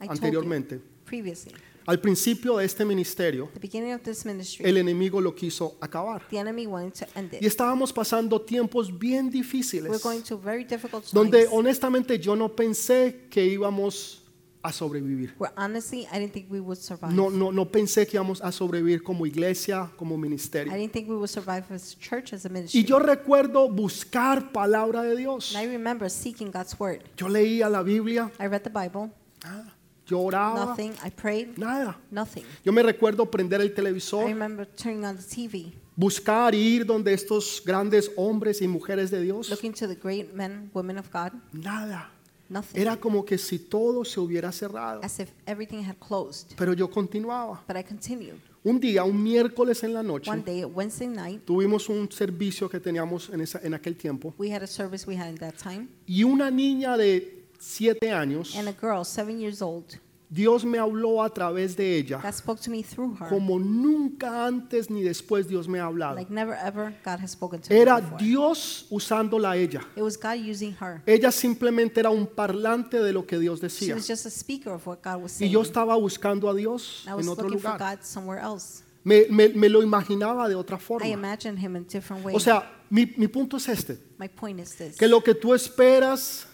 [SPEAKER 2] I told you
[SPEAKER 1] anteriormente.
[SPEAKER 2] previously,
[SPEAKER 1] Al principio de este ministerio,
[SPEAKER 2] the beginning of this ministry,
[SPEAKER 1] el enemigo lo quiso acabar.
[SPEAKER 2] the enemy wanted to end
[SPEAKER 1] Y
[SPEAKER 2] it.
[SPEAKER 1] estábamos pasando tiempos bien
[SPEAKER 2] We're
[SPEAKER 1] difíciles,
[SPEAKER 2] going to very difficult times.
[SPEAKER 1] donde honestamente yo no pensé que íbamos a sobrevivir.
[SPEAKER 2] where honestly, I didn't think we would survive.
[SPEAKER 1] No, no, no pensé que íbamos a sobrevivir como iglesia, como
[SPEAKER 2] I
[SPEAKER 1] ministerio.
[SPEAKER 2] didn't think we would survive as a church, as a ministry.
[SPEAKER 1] Y yo recuerdo buscar palabra de Dios.
[SPEAKER 2] and I remember seeking God's word.
[SPEAKER 1] Yo leía la Biblia,
[SPEAKER 2] I read the Bible,
[SPEAKER 1] nada. Yo oraba,
[SPEAKER 2] nothing. I prayed,
[SPEAKER 1] nada.
[SPEAKER 2] nothing.
[SPEAKER 1] Yo me recuerdo prender el
[SPEAKER 2] I
[SPEAKER 1] televisor,
[SPEAKER 2] remember turning on the TV,
[SPEAKER 1] buscar y ir donde estos grandes hombres y mujeres de Dios,
[SPEAKER 2] looking to the great men, women of God,
[SPEAKER 1] nada.
[SPEAKER 2] nothing.
[SPEAKER 1] Era como que si todo se hubiera cerrado.
[SPEAKER 2] as if everything had closed.
[SPEAKER 1] Pero yo continuaba.
[SPEAKER 2] But I continued.
[SPEAKER 1] Un día, un miércoles en la
[SPEAKER 2] One
[SPEAKER 1] noche,
[SPEAKER 2] day, Wednesday night,
[SPEAKER 1] tuvimos un servicio que teníamos en, esa- en aquel tiempo
[SPEAKER 2] we had a service we had in that time,
[SPEAKER 1] y una niña de siete años,
[SPEAKER 2] and a girl, seven years old,
[SPEAKER 1] Dios me habló a través de ella
[SPEAKER 2] God spoke to me through her,
[SPEAKER 1] como nunca antes ni después Dios me ha hablado.
[SPEAKER 2] like never ever God has spoken to me
[SPEAKER 1] Era
[SPEAKER 2] before.
[SPEAKER 1] Dios usándola a ella.
[SPEAKER 2] It was God using her.
[SPEAKER 1] Ella simplemente era un parlante de lo que Dios
[SPEAKER 2] She
[SPEAKER 1] decía.
[SPEAKER 2] was just a speaker of what God was
[SPEAKER 1] Y
[SPEAKER 2] saying.
[SPEAKER 1] yo estaba buscando a Dios
[SPEAKER 2] I was
[SPEAKER 1] en otro
[SPEAKER 2] looking for
[SPEAKER 1] lugar.
[SPEAKER 2] God somewhere else.
[SPEAKER 1] Me, me- me lo imaginaba de otra
[SPEAKER 2] I
[SPEAKER 1] forma.
[SPEAKER 2] imagined Him in different ways.
[SPEAKER 1] O sea, mi, mi punto es este.
[SPEAKER 2] My point is this:
[SPEAKER 1] Que lo que tú esperas,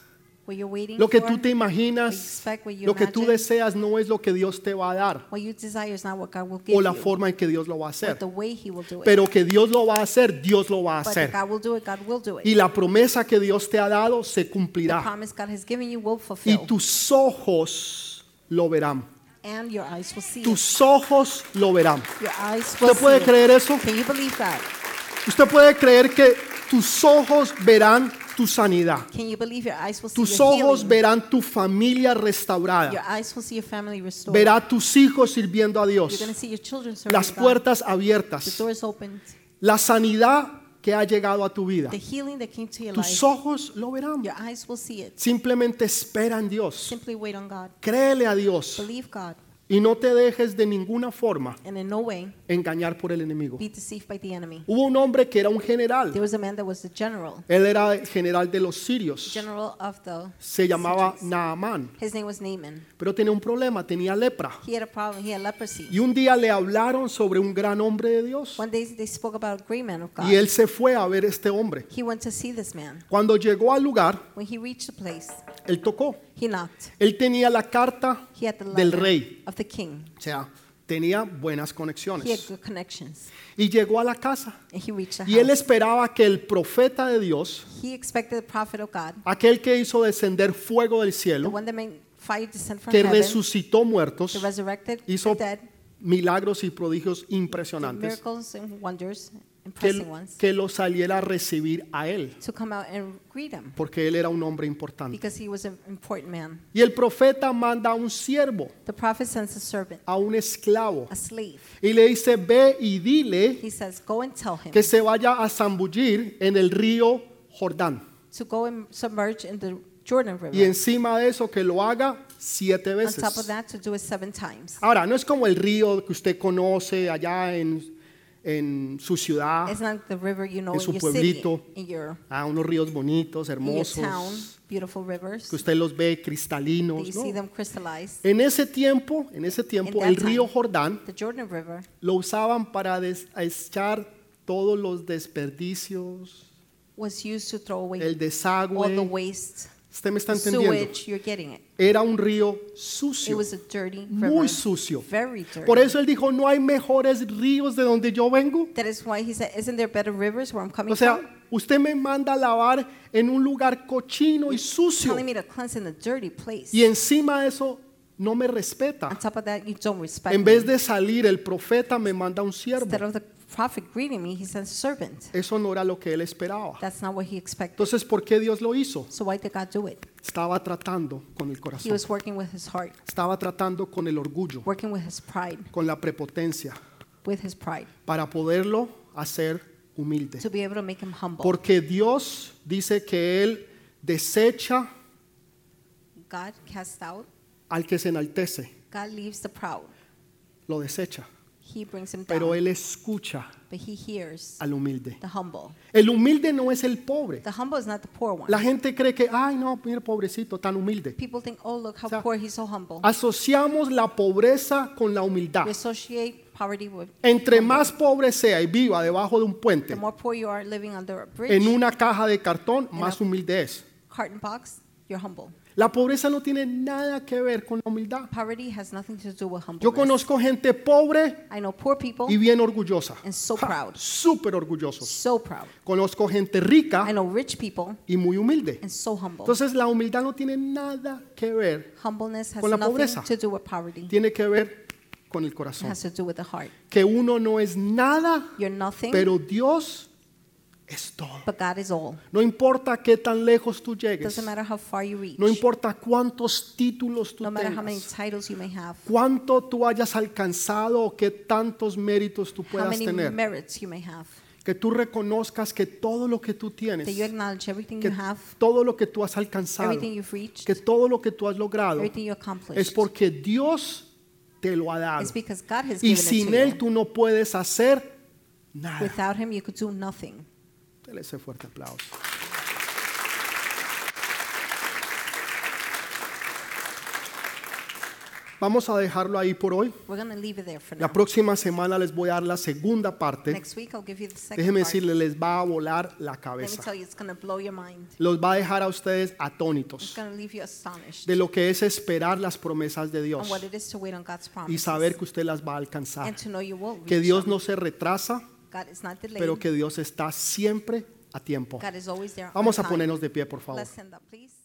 [SPEAKER 2] what you're waiting
[SPEAKER 1] lo que
[SPEAKER 2] for,
[SPEAKER 1] tú te imaginas,
[SPEAKER 2] expect, what you
[SPEAKER 1] lo que tú
[SPEAKER 2] imagine.
[SPEAKER 1] deseas no es lo que Dios te va a dar
[SPEAKER 2] what you desire is not what God will give
[SPEAKER 1] o la
[SPEAKER 2] you,
[SPEAKER 1] forma en que Dios lo va a hacer.
[SPEAKER 2] but the way He will do it.
[SPEAKER 1] Pero que Dios lo va a hacer, Dios lo va a
[SPEAKER 2] but
[SPEAKER 1] hacer.
[SPEAKER 2] God will do it. God will do it.
[SPEAKER 1] Y la promesa que Dios te ha dado se
[SPEAKER 2] the
[SPEAKER 1] cumplirá.
[SPEAKER 2] promise God has given you will
[SPEAKER 1] Y
[SPEAKER 2] fulfill,
[SPEAKER 1] tus ojos lo verán.
[SPEAKER 2] and your eyes will see it.
[SPEAKER 1] Tus ojos lo verán.
[SPEAKER 2] Your eyes will
[SPEAKER 1] ¿Usted puede
[SPEAKER 2] see it.
[SPEAKER 1] creer eso?
[SPEAKER 2] Can you believe that?
[SPEAKER 1] Usted puede creer que tus ojos verán tu sanidad.
[SPEAKER 2] Can you believe your eyes will see
[SPEAKER 1] Tus
[SPEAKER 2] your
[SPEAKER 1] ojos
[SPEAKER 2] healing?
[SPEAKER 1] verán tu familia
[SPEAKER 2] Your
[SPEAKER 1] restaurada.
[SPEAKER 2] eyes will see your family restored.
[SPEAKER 1] Verá a tus hijos sirviendo a
[SPEAKER 2] You're
[SPEAKER 1] Dios.
[SPEAKER 2] going to see your children serving
[SPEAKER 1] Las
[SPEAKER 2] God.
[SPEAKER 1] puertas
[SPEAKER 2] The
[SPEAKER 1] abiertas.
[SPEAKER 2] doors opened.
[SPEAKER 1] La sanidad que ha llegado a tu vida.
[SPEAKER 2] The healing that came to your life.
[SPEAKER 1] Tus ojos lo verán.
[SPEAKER 2] Your eyes will see it.
[SPEAKER 1] Simplemente espera en Dios.
[SPEAKER 2] Simply wait on God.
[SPEAKER 1] Créele a Dios
[SPEAKER 2] Believe God.
[SPEAKER 1] Y no te dejes de ninguna forma
[SPEAKER 2] and in no way
[SPEAKER 1] engañar por el enemigo.
[SPEAKER 2] be deceived by the enemy.
[SPEAKER 1] Hubo un hombre que era un general.
[SPEAKER 2] There was a man that was the general,
[SPEAKER 1] Él era el general de los sirios.
[SPEAKER 2] general of the.
[SPEAKER 1] Se llamaba
[SPEAKER 2] Syrians.
[SPEAKER 1] Naamán.
[SPEAKER 2] His name was Naaman.
[SPEAKER 1] Pero tenía un problema, tenía lepra.
[SPEAKER 2] He had a problem. He had leprosy.
[SPEAKER 1] Y un día le hablaron sobre un gran hombre de Dios.
[SPEAKER 2] One day they spoke about a great man of
[SPEAKER 1] Y
[SPEAKER 2] God.
[SPEAKER 1] él se fue a ver este hombre.
[SPEAKER 2] He went to see this man.
[SPEAKER 1] Cuando llegó al lugar,
[SPEAKER 2] When he reached the place,
[SPEAKER 1] él tocó.
[SPEAKER 2] he knocked.
[SPEAKER 1] Él tenía la carta
[SPEAKER 2] He had the
[SPEAKER 1] Del
[SPEAKER 2] letter
[SPEAKER 1] rey.
[SPEAKER 2] of the king.
[SPEAKER 1] O sea, tenía buenas
[SPEAKER 2] He had
[SPEAKER 1] conexiones.
[SPEAKER 2] good connections,
[SPEAKER 1] Y llegó a la casa.
[SPEAKER 2] and he reached the
[SPEAKER 1] Y él
[SPEAKER 2] house.
[SPEAKER 1] esperaba que el profeta de Dios,
[SPEAKER 2] He expected the prophet of God,
[SPEAKER 1] aquel que hizo descender fuego del
[SPEAKER 2] the
[SPEAKER 1] cielo,
[SPEAKER 2] one that made fire descend from
[SPEAKER 1] que
[SPEAKER 2] heaven,
[SPEAKER 1] resucitó muertos,
[SPEAKER 2] the resurrected, the
[SPEAKER 1] hizo
[SPEAKER 2] dead,
[SPEAKER 1] milagros y prodigios impresionantes,
[SPEAKER 2] miracles and wonders,
[SPEAKER 1] que,
[SPEAKER 2] impressing ones,
[SPEAKER 1] que lo saliera a recibir a él,
[SPEAKER 2] to come out and greet him
[SPEAKER 1] porque él era un hombre importante.
[SPEAKER 2] because he was an important man.
[SPEAKER 1] Y el profeta manda a un siervo,
[SPEAKER 2] The prophet sends a servant,
[SPEAKER 1] a un esclavo,
[SPEAKER 2] a slave.
[SPEAKER 1] y le dice, ve y dile
[SPEAKER 2] He says, "Go and tell him
[SPEAKER 1] que se vaya a zambullir en el río Jordán.
[SPEAKER 2] to go and submerge in the Jordan
[SPEAKER 1] Y
[SPEAKER 2] River.
[SPEAKER 1] encima de eso que lo haga siete
[SPEAKER 2] On top of
[SPEAKER 1] veces.
[SPEAKER 2] that, to do it seven times.
[SPEAKER 1] Ahora, no es como el río que usted conoce allá en, en su ciudad,
[SPEAKER 2] It's not the river you know
[SPEAKER 1] en
[SPEAKER 2] in
[SPEAKER 1] su
[SPEAKER 2] your city,
[SPEAKER 1] Ah. pueblito,
[SPEAKER 2] in your
[SPEAKER 1] a Ah, unos ríos bonitos,
[SPEAKER 2] in your town,
[SPEAKER 1] hermosos,
[SPEAKER 2] beautiful rivers.
[SPEAKER 1] que usted los ve
[SPEAKER 2] that you
[SPEAKER 1] cristalinos. ¿no?
[SPEAKER 2] see them crystallize.
[SPEAKER 1] En ese tiempo, en ese tiempo,
[SPEAKER 2] that
[SPEAKER 1] el
[SPEAKER 2] time.
[SPEAKER 1] río Jordán
[SPEAKER 2] The Jordan River,
[SPEAKER 1] lo usaban para des- a echar todos los desperdicios,
[SPEAKER 2] was used to throw away
[SPEAKER 1] el
[SPEAKER 2] all the
[SPEAKER 1] desagüe.
[SPEAKER 2] waste,
[SPEAKER 1] ¿Usted me está entendiendo?
[SPEAKER 2] sewage. You're getting it.
[SPEAKER 1] Era un río
[SPEAKER 2] It
[SPEAKER 1] sucio.
[SPEAKER 2] was a dirty river.
[SPEAKER 1] muy sucio.
[SPEAKER 2] Very dirty.
[SPEAKER 1] Por eso él dijo, no hay mejores ríos de donde yo vengo.
[SPEAKER 2] that is why he said, "Isn't there better rivers where I'm coming
[SPEAKER 1] O sea,
[SPEAKER 2] from?"
[SPEAKER 1] usted me manda a lavar en un lugar cochino y sucio
[SPEAKER 2] Telling me to cleanse in a dirty place.
[SPEAKER 1] y encima de eso no me
[SPEAKER 2] On
[SPEAKER 1] respeta.
[SPEAKER 2] top of that, you don't respect
[SPEAKER 1] En vez
[SPEAKER 2] me.
[SPEAKER 1] de salir, el profeta me manda un
[SPEAKER 2] Instead
[SPEAKER 1] siervo.
[SPEAKER 2] of the prophet greeting me, he sends servant.
[SPEAKER 1] Eso no era lo que él esperaba.
[SPEAKER 2] That's not what he expected.
[SPEAKER 1] Entonces, ¿por qué Dios lo hizo?
[SPEAKER 2] So why did God do it?
[SPEAKER 1] Estaba tratando con el
[SPEAKER 2] He
[SPEAKER 1] corazón.
[SPEAKER 2] was working with his heart,
[SPEAKER 1] Estaba tratando con el orgullo,
[SPEAKER 2] working with his pride,
[SPEAKER 1] con la prepotencia,
[SPEAKER 2] with his pride,
[SPEAKER 1] para poderlo hacer humilde.
[SPEAKER 2] to be able to make him humble.
[SPEAKER 1] Porque Dios dice que Él desecha
[SPEAKER 2] God casts out.
[SPEAKER 1] al que se enaltece,
[SPEAKER 2] God leaves the proud.
[SPEAKER 1] lo desecha,
[SPEAKER 2] He brings him down.
[SPEAKER 1] pero Él escucha
[SPEAKER 2] but he hears
[SPEAKER 1] al humilde.
[SPEAKER 2] the humble.
[SPEAKER 1] El humilde no es el pobre.
[SPEAKER 2] The humble is not the poor one.
[SPEAKER 1] La gente cree que, ay no, mira pobrecito, tan humilde.
[SPEAKER 2] People think, oh, look how
[SPEAKER 1] O sea,
[SPEAKER 2] poor, he's so humble.
[SPEAKER 1] Asociamos la pobreza con la humildad.
[SPEAKER 2] We associate poverty with.
[SPEAKER 1] Entre más pobre sea y viva debajo de un
[SPEAKER 2] The
[SPEAKER 1] puente,
[SPEAKER 2] more poor you are living under a bridge,
[SPEAKER 1] en una caja de cartón, más humilde es.
[SPEAKER 2] carton box, you're humble.
[SPEAKER 1] La pobreza no tiene nada que ver con la humildad.
[SPEAKER 2] Poverty has nothing to do with
[SPEAKER 1] Yo
[SPEAKER 2] humbleness.
[SPEAKER 1] conozco gente pobre
[SPEAKER 2] I know poor people,
[SPEAKER 1] y bien orgullosa.
[SPEAKER 2] And so
[SPEAKER 1] Ja,
[SPEAKER 2] proud.
[SPEAKER 1] Súper orgullosos.
[SPEAKER 2] so proud.
[SPEAKER 1] Conozco gente
[SPEAKER 2] I
[SPEAKER 1] rica
[SPEAKER 2] know rich people,
[SPEAKER 1] y muy humilde.
[SPEAKER 2] and so humble.
[SPEAKER 1] Entonces la humildad no tiene nada que ver,
[SPEAKER 2] Humbleness has
[SPEAKER 1] con la
[SPEAKER 2] nothing
[SPEAKER 1] pobreza.
[SPEAKER 2] to do with poverty.
[SPEAKER 1] tiene que ver con el
[SPEAKER 2] It
[SPEAKER 1] corazón.
[SPEAKER 2] has to do with the heart.
[SPEAKER 1] Que uno no es nada,
[SPEAKER 2] You're nothing,
[SPEAKER 1] pero Dios es todo.
[SPEAKER 2] but God is all.
[SPEAKER 1] No importa qué tan lejos tú
[SPEAKER 2] It
[SPEAKER 1] llegues,
[SPEAKER 2] doesn't matter how far you reach.
[SPEAKER 1] no importa cuántos títulos tú
[SPEAKER 2] no matter how many
[SPEAKER 1] tengas,
[SPEAKER 2] titles you may have,
[SPEAKER 1] cuánto tú hayas alcanzado o qué tantos méritos tú
[SPEAKER 2] how
[SPEAKER 1] puedas
[SPEAKER 2] many
[SPEAKER 1] tener,
[SPEAKER 2] merits you may have,
[SPEAKER 1] que tú reconozcas que todo lo que tú
[SPEAKER 2] that you
[SPEAKER 1] tienes
[SPEAKER 2] acknowledge everything
[SPEAKER 1] que
[SPEAKER 2] you have,
[SPEAKER 1] todo lo que tú has alcanzado,
[SPEAKER 2] everything you've reached,
[SPEAKER 1] que todo lo que tú has logrado
[SPEAKER 2] everything you accomplished.
[SPEAKER 1] es porque Dios te lo ha dado.
[SPEAKER 2] It's because God has
[SPEAKER 1] Y
[SPEAKER 2] given it
[SPEAKER 1] sin
[SPEAKER 2] to
[SPEAKER 1] Él
[SPEAKER 2] you.
[SPEAKER 1] tú no puedes hacer nada.
[SPEAKER 2] Without Him, you could do nothing.
[SPEAKER 1] Dele ese fuerte aplauso. Vamos a dejarlo ahí por hoy.
[SPEAKER 2] We're going to leave it there for now.
[SPEAKER 1] La próxima semana les voy a dar la segunda parte.
[SPEAKER 2] Next week, I'll give you the second
[SPEAKER 1] pues, Déjeme
[SPEAKER 2] part.
[SPEAKER 1] decirle, les va a volar la
[SPEAKER 2] Let me
[SPEAKER 1] cabeza.
[SPEAKER 2] tell you, it's going to blow your mind.
[SPEAKER 1] Los va a dejar a ustedes
[SPEAKER 2] It's
[SPEAKER 1] atónitos
[SPEAKER 2] going to leave you astonished
[SPEAKER 1] de lo que es esperar las promesas de
[SPEAKER 2] on
[SPEAKER 1] Dios.
[SPEAKER 2] what it is to wait on God's
[SPEAKER 1] y
[SPEAKER 2] promise
[SPEAKER 1] saber que usted las va a alcanzar.
[SPEAKER 2] and to know you will reach
[SPEAKER 1] Que Dios
[SPEAKER 2] them.
[SPEAKER 1] no se retrasa,
[SPEAKER 2] God is not delayed.
[SPEAKER 1] pero que Dios está siempre a tiempo.
[SPEAKER 2] God is always there. on
[SPEAKER 1] Vamos a
[SPEAKER 2] time.
[SPEAKER 1] ponernos de pie, por favor.
[SPEAKER 2] Let's stand up, please.